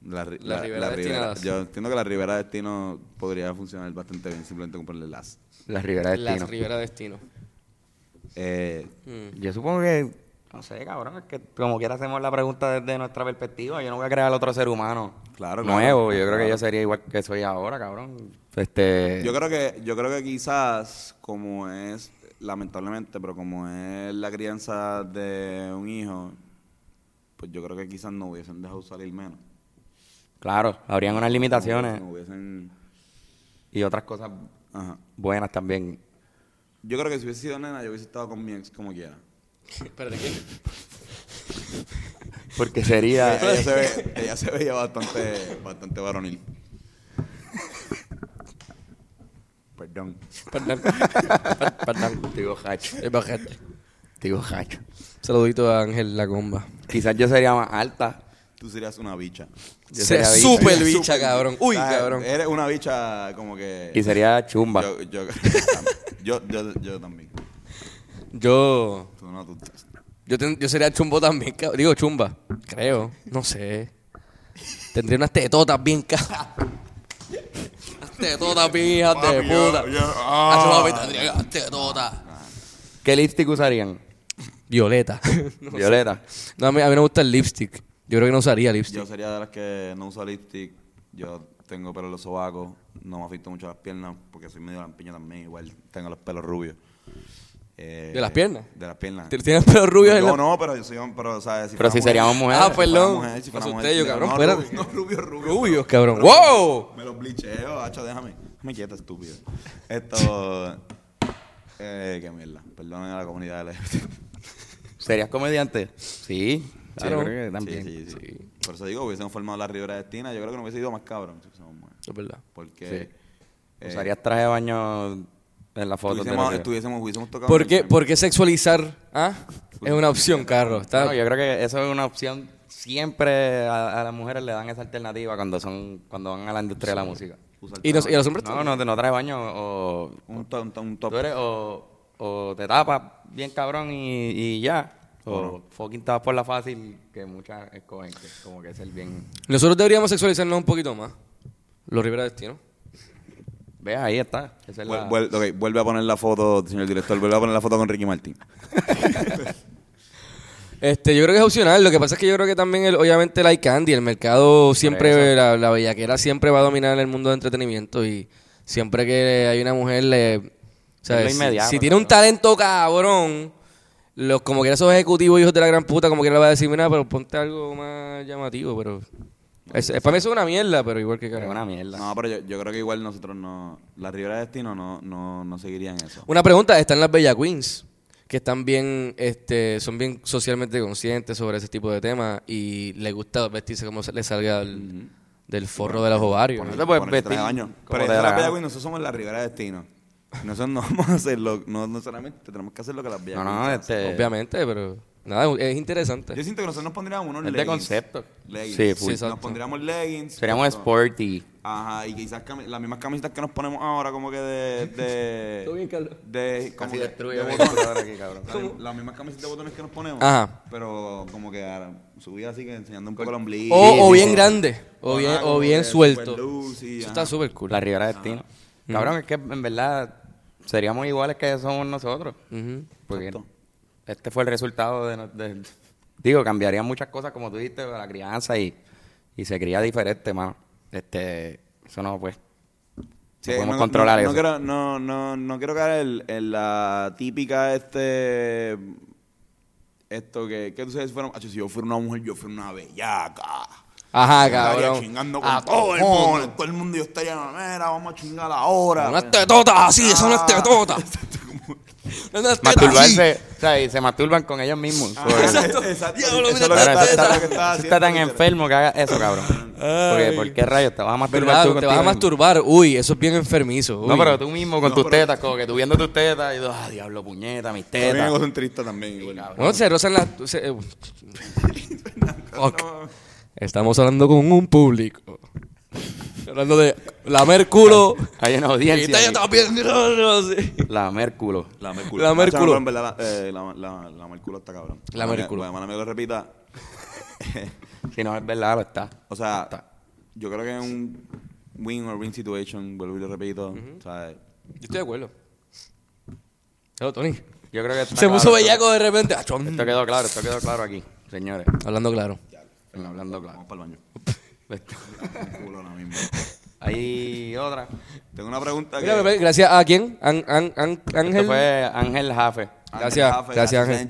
La, ri-
La
la-
Rivera
la
Destinadas.
Yo entiendo que la Rivera Destino podría funcionar bastante bien simplemente con ponerle las.
Las Rivera Destino.
Las Rivera Destino. <laughs>
Eh,
Yo supongo que. No sé, cabrón, es que como quiera hacemos la pregunta desde nuestra perspectiva. Yo no voy a crear otro ser humano
Claro, claro.
nuevo. Yo creo que
Claro.
yo sería igual que soy ahora, cabrón. Este.
Yo creo que yo creo que quizás como es lamentablemente, pero como es la crianza de un hijo, pues yo creo que quizás no hubiesen dejado salir menos.
Claro, habrían unas limitaciones
No hubiesen,
y otras cosas
ajá.
buenas también.
Yo creo que si hubiese sido nena, yo hubiese estado con mi ex como quiera.
Espérate, ¿qué?
Porque <laughs>
Ah,
sería.
ella, se ve- <laughs> ella se veía bastante, bastante varonil. Perdón.
<laughs>
Perdón. Perdón.
Digo hacho.
El bajete.
Digo hacho.
Saludito a Ángel La Comba.
Quizás yo sería más alta.
Tú serías una bicha.
Yo
Sea
sería bicha.
súper Pues bicha, cabrón. Uy,
Ah,
cabrón.
Eres una bicha como que...
<laughs> Y sería chumba.
Yo, yo, <laughs> yo, yo, yo también.
Yo.
Tú no, tú-
Yo, ten- yo sería chumbo también, cab- digo chumba, creo, no sé. Tendría unas tetotas bien caras. Unas tetotas bien hijas de
Papi, yo-
puta.
yo-
Hacho, papi, tendría unas tetotas.
¿Qué lipstick usarían?
Violeta. <laughs>
Violeta.
No, a mí, a mí no me gusta el lipstick. Yo creo que no usaría lipstick.
Yo sería de las que no usa lipstick. Yo tengo pelo en los sobacos. No me afecto mucho las piernas porque soy medio lampiño también. Igual tengo los pelos rubios. Eh,
¿De las piernas?
De las piernas.
¿Tien- ¿Tienes pelo rubio en
yo
la-
no, pero yo soy hombre, pero, o sea, si
Pero
fuera
si
mujer-
seríamos mujeres.
Ah, perdón.
fuera mujer, si fuera
Me
mujer,
asusté yo,
si-
cabrón,
No,
espérate.
rubio, no, rubio, rubio.
Rubios, cabrón.
Pero-
¡Wow!
Me los blicheo, hacho, déjame. Déjame quieta, estúpido. Esto... Eh, qué mierda. Perdonen a la comunidad LGBT.
¿Serías comediante? <laughs> Sí.
¿no?
Yo creo que también.
Sí, sí, sí. Por eso digo, hubiesen formado la Ribera Destina. Yo creo que no hubiese ido más cabrón si fuésemos mujeres.
Es verdad.
Porque...
Sí.
eh,
Usarías traje de baño en la foto. de
tuviésemos,
la-
estuviésemos- hubiésemos tocado...
¿Por
en
qué,
el-
por qué sexualizar? ¿Ah? Es una opción, Carlos. Está-
No, yo creo que eso es una opción. Siempre a, a las mujeres le dan esa alternativa cuando son cuando van a la industria de la música.
usar
y, nos- y a los hombres
No, no, no traes baño o,
Un top, un top, un top.
tú eres o, o te tapas bien cabrón y, y ya. O fucking tapas por la fácil que muchas escogen, que es como que es el bien...
Nosotros deberíamos sexualizarnos un poquito más. Los Rivera Destino.
Ve, ahí está. Esa es la-
Vuel- vuel- ok, vuelve a poner la foto, señor director, vuelve a poner la foto con Ricky Martin.
Este, yo creo que es opcional. Lo que pasa es que yo creo que también, el- obviamente, el eye candy, el mercado siempre, la, la bellaquera siempre va a dominar el mundo de entretenimiento y siempre que hay una mujer le... o sea,
lo
si-
inmediato,
si, tiene un
cabrón.
talento cabrón, los, como quiera esos ejecutivos hijos de la gran puta, como quiera le va a decir, mira, pero ponte algo más llamativo, pero... es- es- para mí eso es una mierda, pero igual que
Es
carajo.
una mierda.
No, pero yo, yo creo que igual nosotros no. La Ribera de Destino no, no, no seguirían eso.
Una pregunta, están las Bella Queens, que están bien, este, son bien socialmente conscientes sobre ese tipo de temas y les gusta vestirse como se- les salga del, del forro de los ovarios.
Bueno,
¿no?
te puedes
Ponerse traje de
vestir
baño.
como te
Pero esa es
da
la
la
Bella
gana.
Queen, nosotros somos la Ribera de Destino. Nosotros no <laughs> vamos a hacerlo. No, no solamente tenemos que hacer lo que las Bella
No, no,
Queens hacen.
este...
Obviamente, pero nada, es interesante.
Yo siento que nosotros nos pondríamos unos
Es de
leggings.
concepto.
Leggings.
Sí, full.
Sí,
nos
exacto.
pondríamos leggings.
Seríamos
con-
sporty.
Ajá, y quizás cami- las mismas camisetas que nos ponemos ahora, como que de. de
¿Todo bien, Carlos?
De. Como
Casi
que-
destruye
de
mi
botones.
computadora aquí, cabrón.
Las mismas- Las mismas camisetas de botones que nos ponemos.
Ajá.
Pero como que ahora, subida así que enseñando un poco el ombligo.
O, o
sí,
bien
sí.
grande, o bien,
Ajá,
o
como
bien
que
suelto.
super loose y,
Eso
ajá.
está súper cool.
La Ribera Destino. Cabrón, es que en verdad seríamos iguales que somos nosotros.
Ujú.
Porque este fue el resultado de, no- de- Digo, cambiarían muchas cosas, como tú dijiste, de la crianza y, y se cría diferente, mano. Este, eso no, pues.
Sí,
no podemos
no-
controlar
no-
eso.
No quiero, no, no, no quiero caer en, en la típica este esto que, ¿qué tú sabes? Fueron, "Acho, si yo fuera una mujer, yo fuera una bellaca.
Ajá,
Estaría
cabrón.
chingando con todo el mundo. Todo el mundo yo estaría, mera, vamos a chingar ahora.
Unas tetotas así, son
Ah. <laughs>
unas tetotas. Unas tetas así.
Masturbarse, o sea, y se masturban con ellos mismos. Sobre-
Exacto. Exacto.
Diablo,
Eso
mira
es lo que
Pero
tanta
está,
está- eso es lo que
está-
está
está tan
haciendo,
enfermo que haga eso, cabrón. Porque, ¿por qué rayos te vas a masturbar
¿Verdad?
tú
Te
contigo
vas a
mismo?
masturbar. Uy, eso es bien enfermizo.
No,
uy.
pero tú mismo con
No,
tus
pero-
tetas, como que tú viendo tus tetas y tú, ah, diablo, puñeta, mis
También
tetas.
egocentrista también. güey.
Bueno, se rozan las. se- eh, Fuck. Estamos hablando con un público. hablando de la Merculo.
Hay una audiencia.
<laughs> y
ahí.
está bien grande, así.
La Mérculo.
La Merculo.
La Merculo.
Cabrón, verdad, la, eh, la, la, la Merculo está cabrón.
La Merculo.
Bueno, me lo repita.
Si no es verdad, lo está.
O sea, yo creo que en un win or win situation, vuelvo y lo repito, o sea,
Yo estoy de acuerdo. Hello, Tony.
Yo creo que está
Se puso
claro.
bellaco de repente. Ah, chon.
Esto quedó claro, esto quedó claro aquí, señores.
Hablando claro.
Hablando claro.
vamos para el baño.
Esto.
Me culo ahora mismo.
Hay otra.
Tengo una pregunta
Mira,
que...
bebé, gracias a quién? An- an- an-
Esto
Ángel.
fue Ángel Jafe.
Gracias, gracias, Ángel.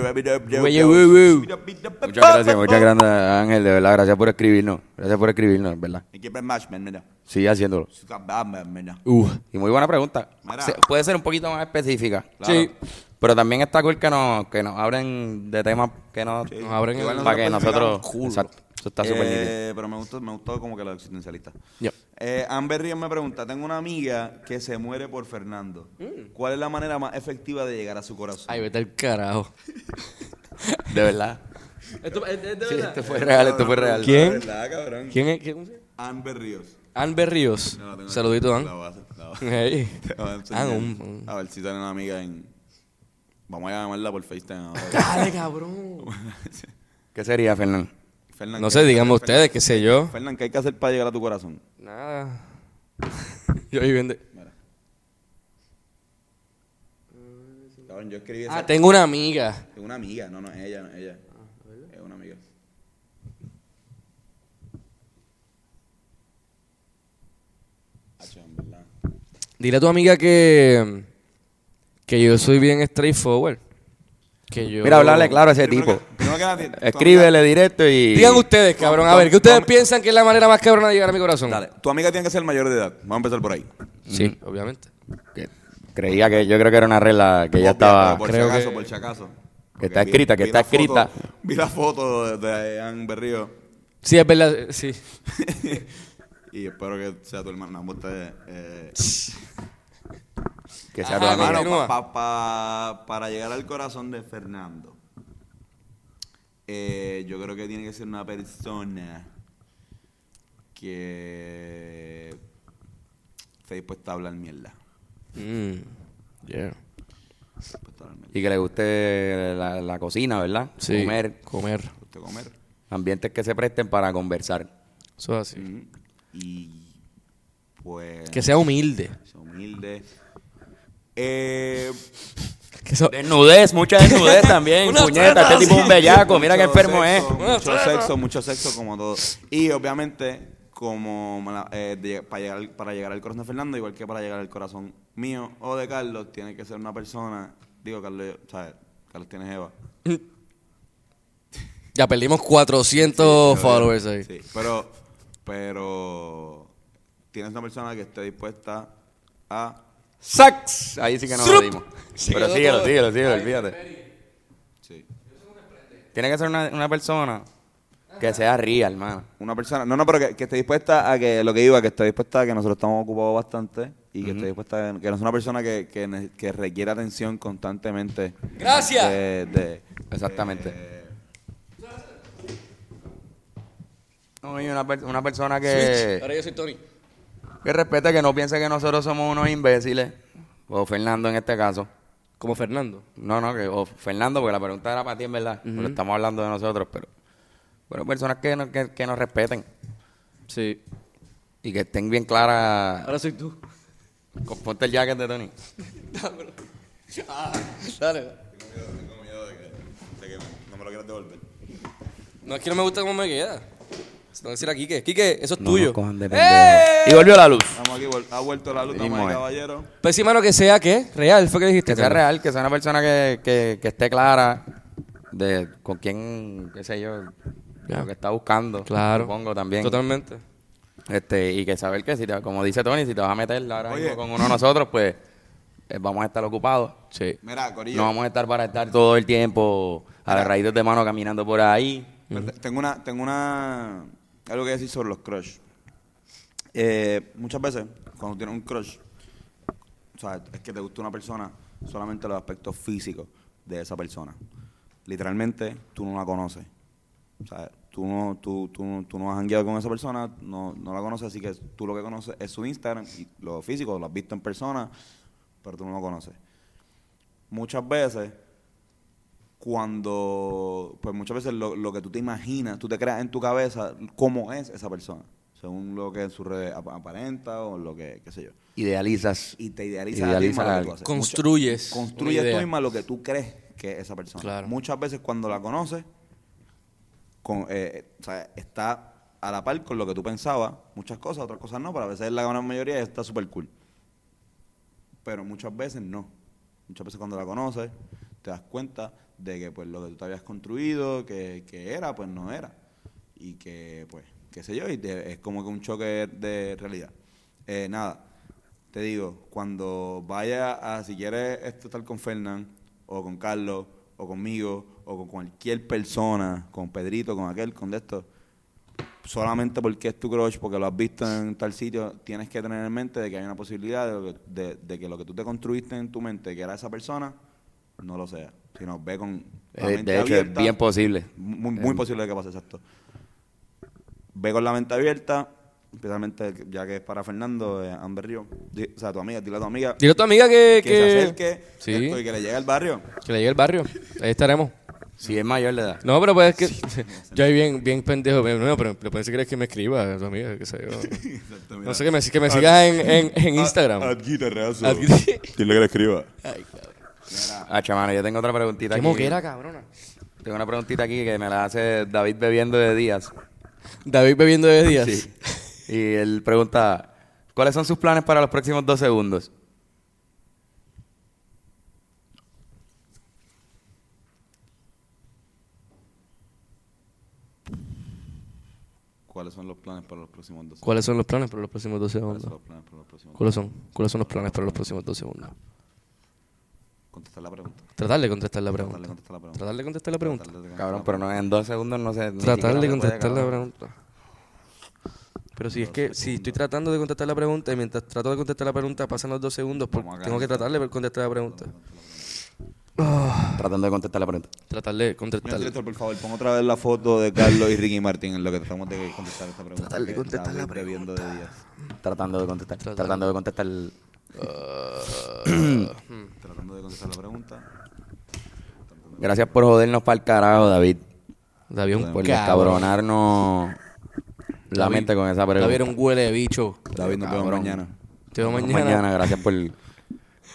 Güey, güey,
Ángel.
güey.
Muchas gracias, muchas gracias, Ángel, de verdad. Gracias por escribirnos. Gracias por escribirnos, en verdad.
Hay que ver match, man, mira.
Sigue haciéndolo.
Su cabana, mira.
Uh.
Y muy buena pregunta.
Mira.
Se- puede ser un poquito más específica.
Sí.
Pero también está cool que nos, que nos abren de temas que nos...
Nos abren
Igual
el-
Para que
especificamos
nosotros... Exacto. Eso está súper nítido.
Eh, Pero me gustó, me gustó como que lo existencialista.
Ya.
Eh, Amber Ríos me pregunta, tengo una amiga que se muere por Fernando. ¿Cuál es la manera más efectiva de llegar a su corazón?
Ay, vete al carajo.
De
<laughs>
verdad.
Esto, este,
Sí, esto fue real, esto fue real.
¿Quién?
¿Verdad, cabrán?
¿Quién es? ¿Quién es?
Amber Ríos.
Anber Ríos.
No, la tengo
Saludito,
aquí. La
An.
voy a hacer,
<laughs>
la voy a-
Hey.
te voy a enseñar.
Ah, un, un-
A ver si tiene una amiga en... Vamos a llamarla por FaceTime
<laughs>
ahora.
Dale, cabrón.
¿Qué sería, Fernando?
Fernan,
No
¿qué
sé,
hay que
díganme
hacer, Fernan?
ustedes, qué sé yo.
Fernan, ¿qué hay que hacer para llegar a tu corazón?
Nada. <laughs> Yo ahí vende.
Cabrón, yo escribí esa...
Ah, tengo una amiga.
Es una amiga, no, no, es ella, no, es ella.
Ah,
es una amiga. Hacho, en verdad.
Dile a tu amiga que. Que yo soy bien straightforward. Que yo.
Mira, hablarle claro a ese tipo.
Primero que nada, tu
Escríbele directo y...
Digan ustedes, cabrón. A ver, ¿qué ustedes
Vamos.
piensan que es la manera más cabrona de llegar a mi corazón?
amiga- Dale, tu amiga tiene que ser mayor de edad. Vamos a empezar por ahí.
Sí,
Mm.
obviamente.
que creía que yo creo que era una regla que ya
Obvia,
estaba
pero Por
creo
si acaso,
que-
por si acaso.
que
Porque
está
vi-
escrita, que
vi
está
la foto-
escrita.
vi la foto de, de Ann Berrío
Sí, es verdad. eh, Sí.
y espero que sea tu hermana. Ambos te, eh,
Que sea
Ajá,
tu amiga.
mano.
Ah, Hermano,
continúa.
pa- pa- pa- para llegar al corazón de Fernando, eh, yo creo que tiene que ser una persona que esté dispuesta a hablar mierda.
Mm. Yeah.
Dispuesta a hablar mierda.
Y que le guste la, la cocina, ¿verdad?
Sí.
Comer,
Comer.
Dispuesta a comer.
ambientes que se presten para conversar.
Eso es así.
Ujú. Y pues.
Que sea humilde.
sea humilde.
Este
Eh,
Que sea-
Desnudez, mucha desnudez también,
<laughs> Una
puñeta,
trata,
este tipo es un
sí.
bellaco, mira qué
mucho
enfermo
sexo,
es.
Mucho sexo, mucho sexo, como todo. Y obviamente, como me la- eh, de- para, llegar, para llegar al corazón de Fernando, igual que para llegar al corazón mío o de Carlos, tiene que ser una persona. Digo, Carlos, ¿sabes? Carlos tiene Eva.
Ya perdimos 400
Pues
followers ahí.
Sí, pero. Pero. Tienes una persona que esté dispuesta a.
Sax. Ahí sí que no lo
Srup.
dimos.
Sí,
Pero
quedó
síguelo,
todo.
síguelo, síguelo, olvídate.
Sí.
Tiene que ser una, una persona que sea real, hermano.
Una persona. No, no, pero que, que esté dispuesta a que. Lo que iba, que esté dispuesta a que nosotros estamos ocupados bastante. Y que esté dispuesta a que no sea una persona que, que, ne- que requiera atención constantemente.
Gracias.
De, de-
Exactamente.
eh,
Oye, una, per- una persona que...
Ahora yo soy Tony.
Que respete que no piense que nosotros somos unos imbéciles. O Fernando en este caso.
Como Fernando.
No, no, que o Fernando, porque la pregunta era para ti, en verdad. Porque estamos hablando de nosotros, pero. Bueno, personas que, no- que, que nos respeten
Sí.
y que estén bien claras.
Ahora soy tú.
Con- Ponte el jacket de Tony.
Dale.
no me lo quieras devolver.
No, es que no me gusta cómo me queda. Se lo voy a decir a Quique. Quique, eso es
No
tuyo.
nos cojan de
¡Eh!
pendejo. Y volvió la luz.
Vamos aquí, vol- ha vuelto la luz,
Mismo
damas y
es.
caballero.
Pues sí, mano, que sea, ¿qué? Real, fue que dijiste.
Que sea
cabrón.
real, que sea una persona que, que, que esté clara de con quién, qué sé yo,
Ya.
lo que está buscando.
Claro.
Supongo también.
Totalmente.
Este, y que saber que, si te- como dice Tony, si te vas a meter ahora
Oye.
mismo con uno de nosotros, pues eh, vamos a estar ocupados.
Sí.
Mira, Corillo.
No vamos a estar para estar todo el tiempo a las raíces de mano caminando por ahí.
Tengo una, tengo una, algo que decir sobre los crush. Eh, muchas veces, cuando tienes un crush, o sea, es que te gusta una persona solamente los aspectos físicos de esa persona. Literalmente, tú no la conoces. O sea, tú no, tú, tú, no- tú no has hangueado con esa persona, no, no la conoces, así que tú lo que conoces es su Instagram y lo físico, lo has visto en persona, pero tú no lo conoces. Muchas veces, cuando, pues muchas veces lo, lo que tú te imaginas, tú te creas en tu cabeza cómo es esa persona, según lo que en sus redes ap- aparenta o lo que, qué sé yo
Idealizas.
y te idealizas a ti
Idealiza
misma lo
a
que tú
alguien.
haces.
Construyes
Mucha- construyes
una
tú
idea.
misma lo que tú crees que es esa persona.
Claro.
Muchas veces cuando la conoces, con, eh, o sea, está a la par con lo que tú pensabas, muchas cosas, otras cosas no, pero a veces la gran mayoría está súper cool. Pero muchas veces no. Muchas veces cuando la conoces, te das cuenta de que pues lo que tú te habías construido, que, que era, pues no era. Y que, pues, qué sé yo, y te- es como que un choque de realidad. Eh, nada, te digo, cuando vaya a, si quieres esto estar con Fernán, o con Carlos, o conmigo, o con cualquier persona, con Pedrito, con aquel, con de esto, solamente porque es tu crush, porque lo has visto en tal sitio, tienes que tener en mente de que hay una posibilidad de, lo que- de- de que lo que tú te construiste en tu mente, que era esa persona, no lo sea. Sino ve con la
Eh,
mente
de hecho, es
abierta.
bien posible.
Muy, muy
Em.
posible que pase, exacto. Ve con la mente abierta, especialmente ya que es para Fernando, eh, Amber Río. Di- o sea, tu amiga, dile a tu amiga
Dile a tu amiga que...
que, se acerque
Sí,
esto, y que le llegue al <laughs> barrio.
que le llegue el barrio. Ahí estaremos.
Si es mayor de edad.
No, pero pues es que
<laughs>
yo ahí bien, bien pendejo, bien, no, pero le puede que que me escriba, tu amiga, qué sé
<laughs>
yo. No sé, que me, que me sigas en, en, en Instagram. Ah,
Ad guitarrazo.
<laughs>
Ad-
Dile que le escriba.
Ah, chamano, yo tengo otra preguntita
Qué
aquí.
moquera, cabrona.
Tengo una preguntita aquí que me la hace David bebiendo de días.
David bebiendo de días.
Sí. Y él pregunta, ¿cuáles son sus planes para los próximos dos segundos?
¿Cuáles son los planes para los próximos dos
¿Cuáles son los planes para los próximos 12
¿Cuáles son
segundos?
los planes para los próximos
¿Cuáles son? ¿Cuáles son los planes para los próximos 12 segundos?
Contestar la pregunta.
Tratar de contestar la pregunta.
Tratar de contestar la pregunta.
Tratar de contestar la pregunta.
Tratar de contestar
Cabrón,
la
pero no, en dos segundos no sé. ni
Tratar
siquiera
de
se puede,
contestar la
cabrón.
pregunta. Pero si es que, si estoy tratando de contestar la pregunta y mientras trato de contestar la pregunta pasan los dos segundos, porque
Vamos acá.
tengo que tratar de contestar la pregunta.
Tratando de contestar la pregunta.
Tratar de
Señor
contestar.
director, por favor, pon otra vez la foto de Carlos y Ricky Martín en lo que tratamos de contestar esta pregunta.
Tratar de
que
contestar
David
la
bebiendo de días.
Tratando de contestar.
Tratando.
Tratando de contestar. el-
Tratando de contestar la pregunta.
Gracias por jodernos para el carajo, David.
David es un
Por
cabrón.
descabronarnos la
David-
mente con esa pregunta.
David es un huele de bicho.
David, nos vemos
Cabrón.
mañana.
Te veo
Nos vemos
mañana.
gracias por, por
David,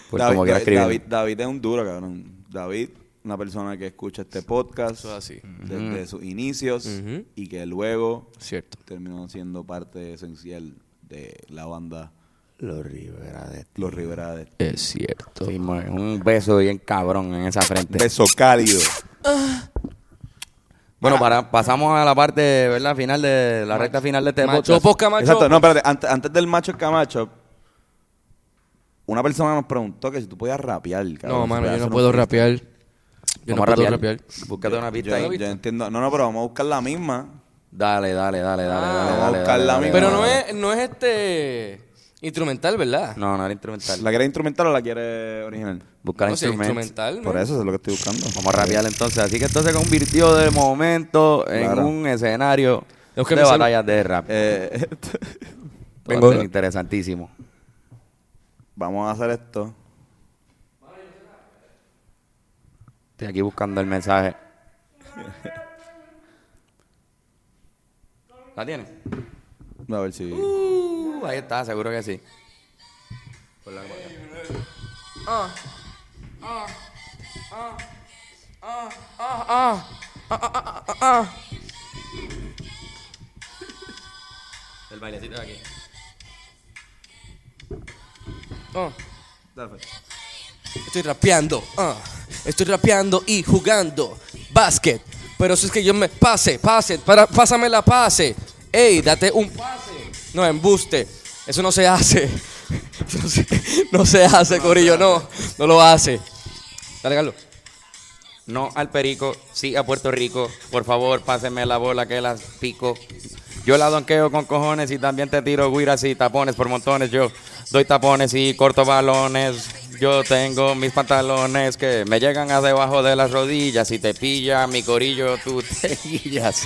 Pues como quiera
David,
escribir.
David, David es un duro, cabrón. David, una persona que escucha este podcast
Eso es así.
desde sus inicios
Ujú.
y que luego
Cierto.
terminó siendo parte esencial de la banda
Los Rivera de
Los Rivera de
Es cierto.
Sí, mo- un beso bien cabrón en esa frente.
Beso cálido.
Bueno, para, pasamos a la parte, ¿verdad? Final de la recta final de este
Macho
podcast.
posca, macho.
Exacto, no, espérate, ante- antes, del macho Camacho, una persona nos preguntó que si tú podías rapear, cabrón.
No, mano,
Eso
yo no puedo
fue-
rapear. Yo no
Vamos a
puedo
rapear.
rapear.
Búscate una
Yo,
pista ahí.
yo entiendo, no, no, pero vamos a buscar la misma.
Dale, dale, dale, dale, dale,
Ah, vamos a
dale,
buscar
dale,
la
dale,
misma.
Pero
dale,
no
dale.
es, no es este instrumental, ¿verdad?
No, no era instrumental.
¿La quieres instrumental o la quieres original?
Buscar
No, si es
instrumentos.
instrumental.
Por
man.
eso es lo que estoy buscando.
Vamos a rapear entonces. Así que entonces convirtió de momento en
Claro.
un escenario
Es que
de
me sal-
batallas de rap.
Eh, <laughs>
Va a
vengo-
ser interesantísimo.
vamos a hacer esto.
Estoy aquí buscando el mensaje. ¿La tienes?
A ver si.
Uh, ahí está, seguro que sí. El bailecito de aquí.
Ah. Estoy rapeando, ah. estoy rapeando y jugando básquet. Pero si es que yo me pase, pase, para, pásame la pase. Ey, date un pase. No, embuste. Eso no se hace. <laughs> Eso No se, no se hace, Corillo, no. No lo hace. Dale, Carlos.
No al Perico, sí a Puerto Rico. Por favor, pásenme la bola que las pico. Yo la donqueo con cojones y también te tiro guiras y tapones por montones. Yo doy tapones y corto balones. Yo tengo mis pantalones que me llegan a debajo de las rodillas. Si te pilla mi corillo, tú te <laughs> guillas.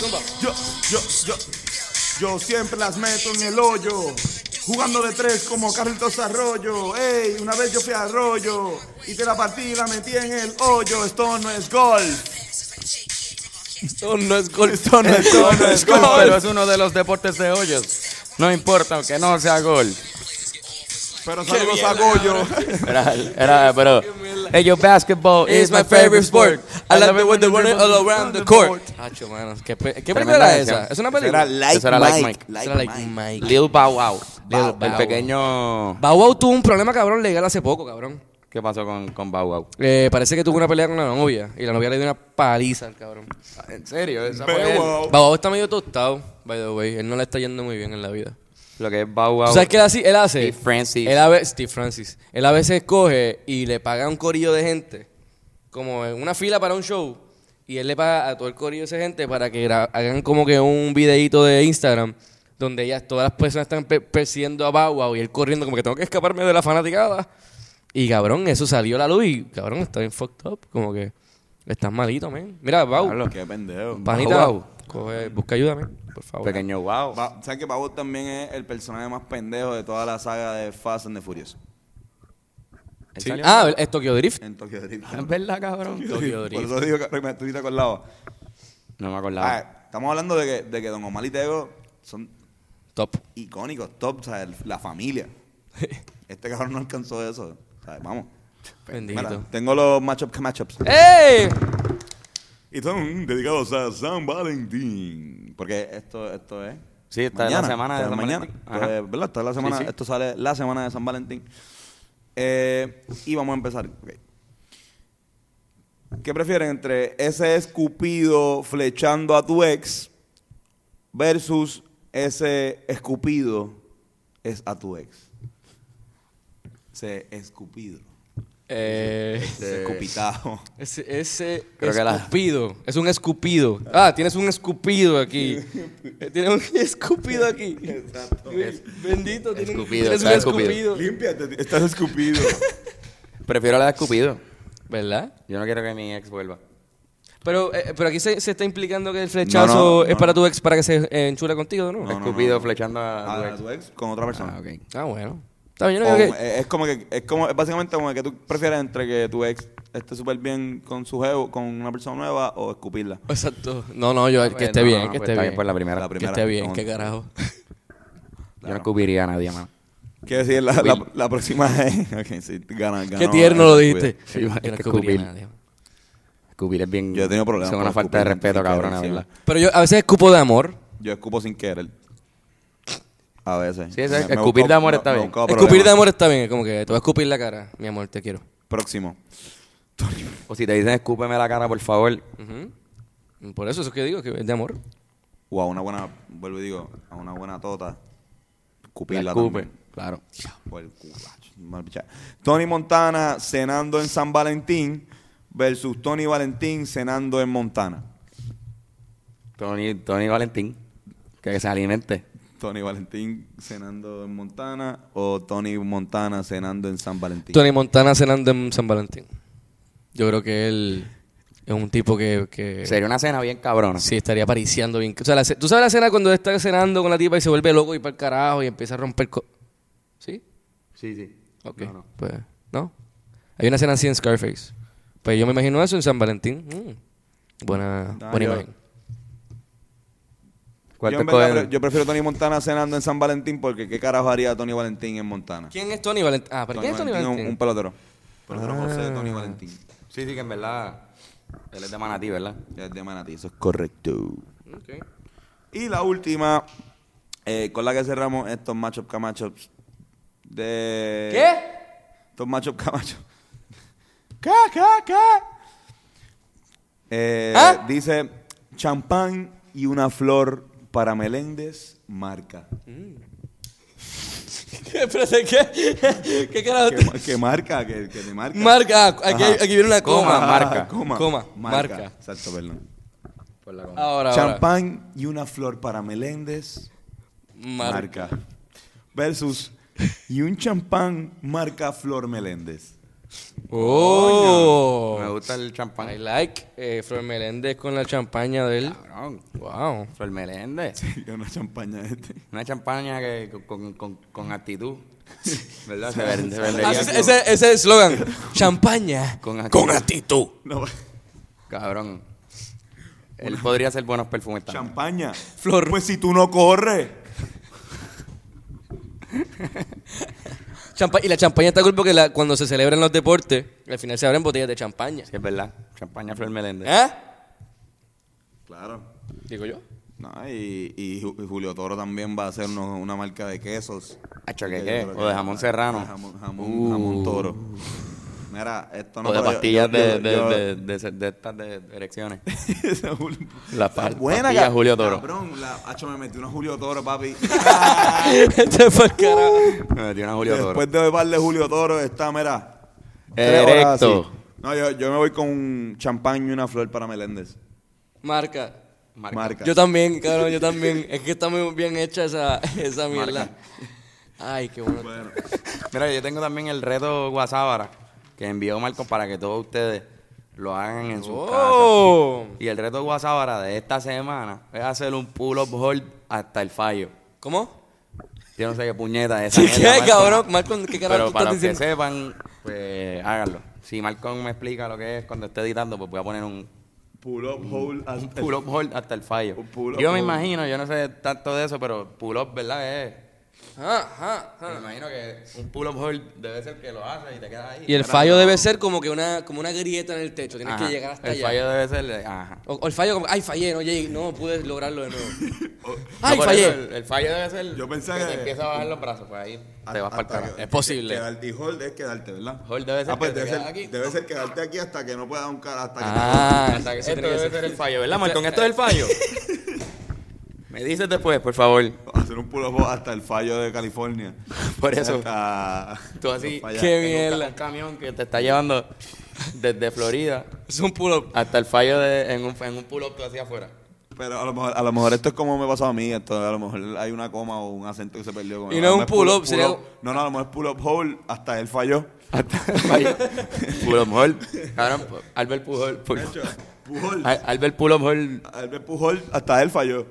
Yo, yo, yo, yo siempre las meto en el hoyo. Jugando de tres como Carlitos Arroyo. Ey, una vez yo fui a Arroyo y te la partí y la metí en el hoyo. Esto no es gol.
Esto no es gol.
Esto no
<laughs>
es gol.
No es gol, pero es uno de los deportes de hoyos. No importa, aunque no sea gol.
Pero saludos a Goyo.
Era, era, pero. Ellos basketball is my favorite sport. I love it when they're running all around the court.
Hacho, mano. ¿Qué, pe- qué película era esa?
canción.
¿Es una
Era
película?
like,
Eso era like
Mike,
Mike.
like
Era like
Mike.
Mike.
Lil Bow Wow.
Bow
Lil-
Wow.
el pequeño.
Bow Wow tuvo un problema, cabrón, legal hace poco, cabrón.
¿Qué pasó con, con Bow Wow?
Eh, parece que tuvo una pelea con la novia y la novia le dio una paliza al cabrón.
En serio, esa
Pero wow.
Bow Wow está medio tostado, by the way. Él no le está yendo muy bien en la vida.
Lo que es Bow Wow.
¿Tú sabes qué él hace? Él hace
Oh. Steve Francis.
Él a veces, Steve Francis. Él a veces coge y le paga a un corillo de gente, como en una fila para un show, y él le paga a todo el corillo de esa gente para que gra- hagan como que un videíto de Instagram donde ellas, todas las personas están pe- persiguiendo a Bow Wow y él corriendo como que tengo que escaparme de la fanaticada. Y cabrón, eso salió a la luz y cabrón, está bien fucked up, como que estás malito, man. Mira, Bow,
Qué pendejo.
panita,
Bow Wow.
coge- busca ayuda, man, por favor.
Pequeño Wow.
Ba- ¿Sabes que Bow también es el personaje más pendejo de toda la saga de Fast and the Furious?
Sí. Ah, es Tokyo Drift.
En Tokyo Drift.
Es verdad, cabrón.
Tokyo
<laughs> Por
Drift.
eso digo que me estoy acordado.
No me
Ah,
acordaba.
estamos hablando de que, de que Don Omar y Tego son
Top.
icónicos, top, o sea, el- la familia. Este cabrón no alcanzó eso. o sea, vamos.
Bendito.
Mira, tengo los matchups matchups.
¡Ey!
Y son dedicados a San Valentín.
Porque esto, esto es.
Sí, esta es la semana de
esta
San
es mañana.
Valentín.
Esto
Ajá.
es, Pues, ¿verdad? Esta es la semana,
sí.
Esto sale la semana de San Valentín. Eh, y vamos a empezar. ok. ¿Qué prefieren entre ese escupido flechando a tu ex versus ese escupido es a tu ex? Ese escupido.
Eh,
<laughs>
Ese escupitajo.
ese ese
Creo que la-
escupido. Es un escupido. Ah, tienes un escupido <laughs> aquí. Eh, tienes un escupido aquí. Exacto. Bendito. tienes-
Escupido,
tienes un
está escupido.
escupido.
Límpiate, estás escupido.
pues,
Prefiero la de Escupido.
¿Verdad?
Yo no quiero que mi ex vuelva.
Pero, eh, pero aquí se, se está implicando que el flechazo
no,
es
no,
para tu ex para que se eh, enchule contigo, ¿no?
No, no.
escupido flechando a, tu
A
ex.
tu ex con otra persona.
Ah, ok.
Ah, bueno. Está bien, yo no
O,
creo que...
eh, es como que es como es básicamente como que tú prefieres entre que tu ex esté súper bien con su jevo, con una persona nueva o escupirla.
Exacto. No, no, yo que esté
no, no,
bien,
no,
que
pues
esté
está
bien.
bien por la primera.
La
que
primera.
esté bien,
Como-
qué carajo.
Yo no escupiría a nadie, mano.
¿Qué decir? La, la, la próxima <laughs> es. Ok, sí, gana, eh, gana.
qué tierno lo dijiste.
Sí,
Yo
hay
no
que
escupiría
escupir.
a nadie.
Escupir es bien.
Yo he tenido problemas
Es una
con
falta de
escupir,
respeto,
sin
cabrón,
querer,
verdad.
Pero yo a veces escupo de amor.
Yo escupo sin querer. A veces.
Sí, eso es-
Me- me
escupir
busco-
de amor
me-
está
me
bien.
busco
Escupir de
problemas.
amor está bien, como que te voy a escupir la cara. Mi amor, te quiero.
Próximo.
O si te dicen escúpeme la cara, por favor.
Ujú. Por eso, eso es que digo, que es de amor.
O a una buena. Vuelvo y digo, a una buena tota.
La
Escupirla
escupe.
también.
Claro.
Por el culacho, mal pichado. Tony Montana cenando en San Valentín versus Tony Valentín cenando en Montana.
Tony, Tony Valentín. Que se alimente.
Tony Valentín cenando en Montana o Tony Montana cenando en San Valentín.
Tony Montana cenando en San Valentín. Yo creo que él es un tipo que. que
Sería una cena bien cabrona.
Sí, estaría pariciando bien. O sea, la ce- tú sabes la cena cuando está cenando con la tipa y se vuelve loco y para el carajo y empieza a romper. co- ¿Sí?
sí. sí.
Ok. Pues, ¿no? Hay una cena así en Scarface. Pues yo me imagino eso en San Valentín. Mm. Buena,
Ah,
buena
yo-
imagen.
Yo,
¿Cuál
en
te
verdad
escoges?
pre- yo prefiero Tony Montana cenando en San Valentín porque ¿qué carajo haría Tony Valentín en Montana?
¿Quién es Tony Valentín? Ah, ¿pero quién es Tony
es
Valentín? Ah.
Un, un pelotero. Pelotero José de Tony Valentín.
Sí, sí, que en verdad. Él es de Manatí, ¿verdad?
Es de Manatí, eso es correcto.
Ok.
Y la última, eh, con la que cerramos estos matchup camachops de...
¿Qué?
Estos machos
<laughs>
camachos. Eh,
¿Ah?
Eh, Dice champán y una flor Para Meléndez, marca.
<laughs> Espérate, ¿qué? <laughs> <laughs> ¿Qué carajo?
Que, <laughs> ma- que marca, que, que te marca.
Marca, ah, aquí,
Ajá.
aquí viene una coma.
Coma, marca.
Coma, coma, marca.
Exacto, perdón.
Ah,
Ahora, ahora.
Champán y una flor para Meléndez,
Marca.
marca. Versus y un champán marca Flor Meléndez. <laughs>
Oh.
Me gusta el champán.
I like eh, Flor Meléndez con la champaña de él.
Cabrón.
Wow.
Flor Meléndez.
Y una champaña este.
Una champaña que, con, con, con
<laughs>
actitud. ¿Verdad? Se, ven- se vendería
Ah, sí,
con-
ese, ese es el slogan. Champaña
Con actitud.
No,
Cabrón. Él podría hacer buenos perfumes también.
champaña.
<laughs> Flor.
Pues si tú no corres.
Champa- y la champaña está cool porque la- cuando se celebran los deportes, al final se abren botellas de champaña.
Sí, es verdad. Champaña Flor Meléndez.
Eh,
¿Ah?
Claro.
Digo <laughs> yo.
No, y, y Ju- y Julio Toro también va a hacer uno- una marca de quesos.
Hacho, ¿qué,
Que yo
qué?
creo
O de jamón serrano.
Jamón, jamón, jamón toro. Mira, esto no
o de
pero yo-
pastillas
yo-
de,
yo-
de,
yo-
de, de, de- de estas de erecciones.
Esa Jul-
La
esa
pal-
buena,
pastilla
cab-
Julio Toro.
Cabrón, la, hacho, me metí una Julio Toro, papi.
Este fue el carajo.
<laughs> Me metí una Julio Toro.
Después de beberle Julio Toro, está, mira. tres horas
Erecto.
así. No, yo, yo me voy con un champán y una flor para Meléndez.
Marca.
Marca.
Marca.
Yo también, cabrón, yo también. Es que está muy bien hecha esa, esa mierda.
Marca.
Ay, qué bueno.
Mira, yo tengo también el reto Guasábara que envió Marco para que todos ustedes lo hagan en sus
Oh.
casas. Y el reto Guasábara de esta semana es hacer un pull-up hold hasta el fallo.
¿Cómo?
Yo no sé <laughs> qué puñeta es esa.
Sí,
mierda,
¿qué,
Marco.
cabrón? Marco, ¿qué carajo
Pero
tú
para
estás
los que
diciendo?
sepan, pues háganlo. Si Marco me explica lo que es cuando esté editando, pues voy a poner un
Pull up, hold. as-
pull-up hold hasta el fallo.
Un pull-up
Yo me
hold.
imagino, yo no sé tanto de eso, pero pull-up, ¿verdad? Es...
Ajá,
Me
ajá.
imagino que un pull-up hold debe ser que lo haces y te quedas ahí.
Y el fallo debe ser como que una, como una grieta en el techo. Tienes
Ajá.
que llegar hasta
el
allá.
fallo debe ser de- ajá.
O, o el fallo como, ay, fallé, no llegué, no pude lograrlo
<laughs>
de nuevo.
Oh, No,
ay,
por
fallé.
eso, Ah, El, el fallo debe ser
Yo pensé
que, te
que- Ah,
empieza a bajar los brazos, pues ahí te vas para el
hasta
carajo.
que-
Es posible.
quedar- y hold es quedarte, ¿verdad?
Hold debe ser
Ah, pues
que te
debe,
quedas
ser,
aquí.
debe ser quedarte aquí hasta que no pueda un cara. Hasta que
Ah,
Hasta que-
eso
esto
tiene que
debe
ser.
ser el fallo, ¿verdad, Marcón? Esto es el fallo. <laughs> Me dices después, por favor. <laughs>
Hacer un pull up hasta el fallo de California.
Por eso.
Hasta-
Tú así,
Para allá.
Qué
en un ca-
mierda.
un camión que te está llevando desde Florida
Es un pull-up.
hasta el fallo de, en un, en un pull-up tú hacia afuera.
Pero a lo, mejor, a lo mejor esto es como me pasó a mí. Esto, a lo mejor hay una coma o un acento que se perdió. con-
Y
a
no
lo
un
mejor
pull up, sería-
No, no, a lo mejor es pull up hold hasta él falló.
Hasta el fallo. pull-up hold. Cabrón, pu- Albert Pujol. pu-
Pujol.
Al- Albert Pull-up hold.
Albert Pujol, hasta él falló.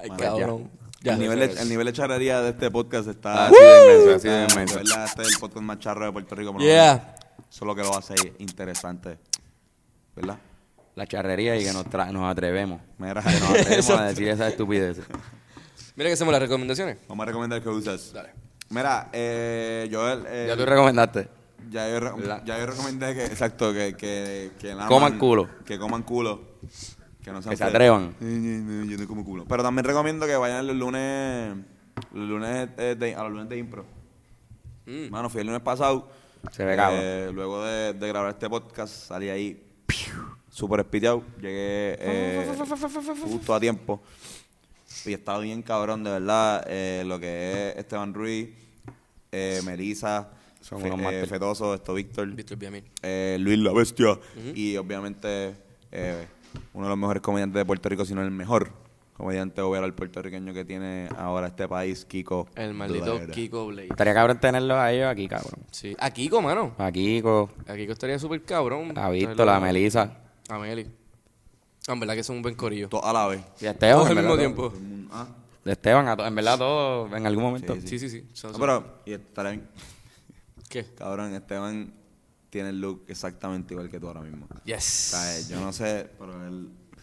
Ay,
Madre,
cabrón.
el, nivel de, el nivel de charrería de este podcast está...
Así de inmenso, así de
Ah,
inmenso.
de verdad, este es el podcast más charro de Puerto Rico. por lo menos.
Yeah.
Eso es lo que lo hace interesante. ¿Verdad?
La charrería y que nos, tra- nos atrevemos.
Mira,
Que nos <laughs> atrevemos a decir esas estupideces.
Eh. Mira que hacemos las recomendaciones.
vamos a recomendar que usas. Mira, eh, Joel... eh,
Ya tú recomendaste.
Ya yo, re-
La-
ya yo recomendé que, exacto, que, que, que laman-
Coman culo.
Que coman culo. Que no sean
Que se
feos.
atrevan.
Eh, eh, eh, yo no como culo. Pero también recomiendo que vayan los lunes, los lunes eh, de- a los lunes de impro. Mano, fui el lunes pasado.
Mm. Se ve cabrón.
Eh, luego de, de grabar este podcast, salí ahí ¡piu! súper espiteado. Llegué eh, justo a tiempo. Y estaba bien cabrón, de verdad. eh, lo que es Esteban Ruiz, eh, Melissa,
Son
Fe-
unos
eh,
máster.
Fetoso, esto Víctor,
Víctor Villamil.
eh, Luis la Bestia. Y obviamente eh, uno de los mejores comediantes de Puerto Rico, si no el mejor comediante overall puertorriqueño que tiene ahora este país, Kiko.
El maldito
Bleda.
Kiko Blade.
Estaría cabrón tenerlos a ellos aquí, cabrón.
Sí. A Kiko, mano.
A Kiko,
A Kiko estaría súper cabrón.
a Víctor, a Melisa.
A Meli. Ah, en verdad que son un buen corillo.
Todos a la vez.
Y a Esteban.
Todos
en
al mismo
verdad,
tiempo.
Ah,
todo. De Esteban, a to- en verdad, todos en algún momento.
Sí, sí, sí. Son-
no,
son-
pero, y estará bien.
¿Qué?
Cabrón, Esteban tiene el look exactamente igual que tú ahora mismo. O
Yes.
sea, eh, yo no sé, pero él. o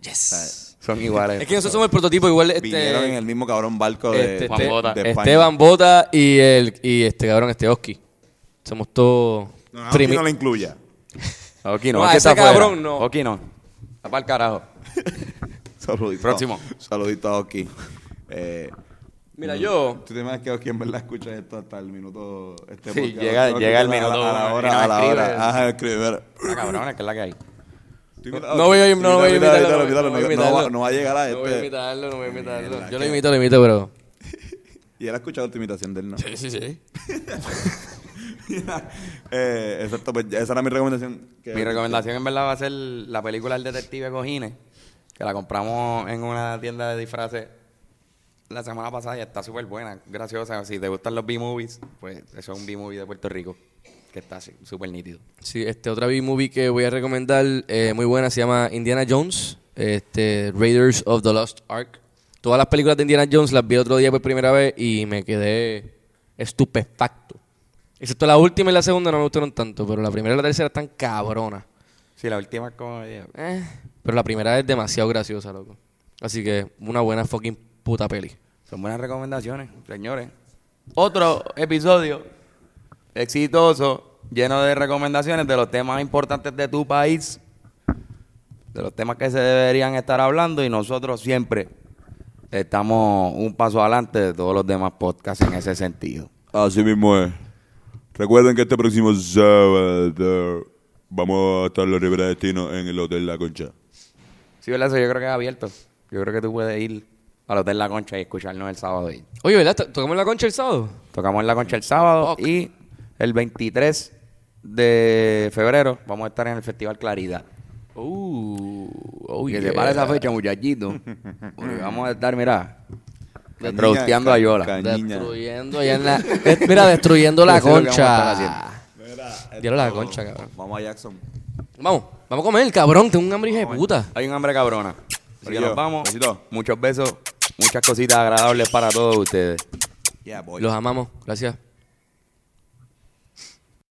sea,
Yes.
Son iguales.
Es que nosotros somos el prototipo igual
vinieron en
este,
el mismo cabrón barco de,
este,
Juan
este-
Bota.
de España.
Esteban Bota y el y este cabrón este Oski. Somos todos
No, no,
primi-
no lo incluya.
Oki no,
No, a
Oki
ese
está fuera.
cabrón no.
Oki no. Está para el carajo.
Saludito.
Próximo.
Saludito a Oki. Eh,
Mira, yo
¿Tú te imaginas que Oki en verdad escucha esto hasta el minuto? Este
Sí,
podcast?
llega-
Oki
llega el
a la-
minuto
A la
uno, y
hora,
no
a la
escribe. Ah,
hora. Ajá, escribe. mira.
Una cabrona que es la que hay.
¿Tú
No voy a im- no voy a imitarlo,
imitarlo,
no
imitarlo,
voy a
no- no
imitarlo.
va- No va a llegar a
No voy a
este.
imitarlo, no voy a imitarlo.
Mierda,
Yo lo
qué-
imito, lo imito, pero.
Y él ha escuchado tu imitación de él, ¿no? <laughs>
Sí, sí, sí.
Eh, exacto, pues esa era mi recomendación. que-
Mi recomendación en verdad va a ser la película El Detective Cojines, que la compramos en una tienda de disfraces la semana pasada y está súper buena, graciosa. Si te gustan los B-movies, pues eso es un B-movie de Puerto Rico, que está así, súper nítido.
Sí, este, otra B-movie que voy a recomendar, eh, muy buena, se llama Indiana Jones, este, Raiders of the Lost Ark. Todas las películas de Indiana Jones las vi el otro día por primera vez y me quedé estupefacto. Excepto la última y la segunda no me gustaron tanto, pero la primera y la tercera están cabronas.
Sí, la última es como... eh,
Eh, pero la primera es demasiado graciosa, loco. Así que una buena fucking puta peli.
Son buenas recomendaciones, señores. Otro episodio exitoso, lleno de recomendaciones de los temas importantes de tu país, de los temas que se deberían estar hablando y nosotros siempre estamos un paso adelante de todos los demás podcasts en ese sentido.
Así mismo es. Recuerden que este próximo sábado vamos a estar los Rivera Destino en el Hotel La Concha.
Sí, ¿verdad? Eso yo creo que es abierto. Yo creo que tú puedes ir al Hotel La Concha y escucharnos el sábado. ahí.
Oye, ¿verdad? ¿To- ¿Tocamos la concha el sábado?
Tocamos en La Concha el sábado
Ok.
y el 23 de febrero vamos a estar en el Festival Claridad.
Uh, oh,
que
yeah.
se para esa fecha, muchachito. Porque vamos a estar, mira,
Cañiña,
rosteando a
ca-
Yola.
cañiña.
Destruyendo allá en la. eh,
<laughs>
Mira, destruyendo la
Eso es lo que vamos a estar
concha.
Mira, esto-
Dieron la concha, cabrón.
Vamos a Jackson.
Vamos, vamos a comer, cabrón. Tengo un hambre hija de puta.
Hay un hambre cabrona. Así que
Corillo,
nos vamos.
besito.
Muchos besos, muchas cositas agradables para todos ustedes.
Yeah, boy.
Los amamos. Gracias.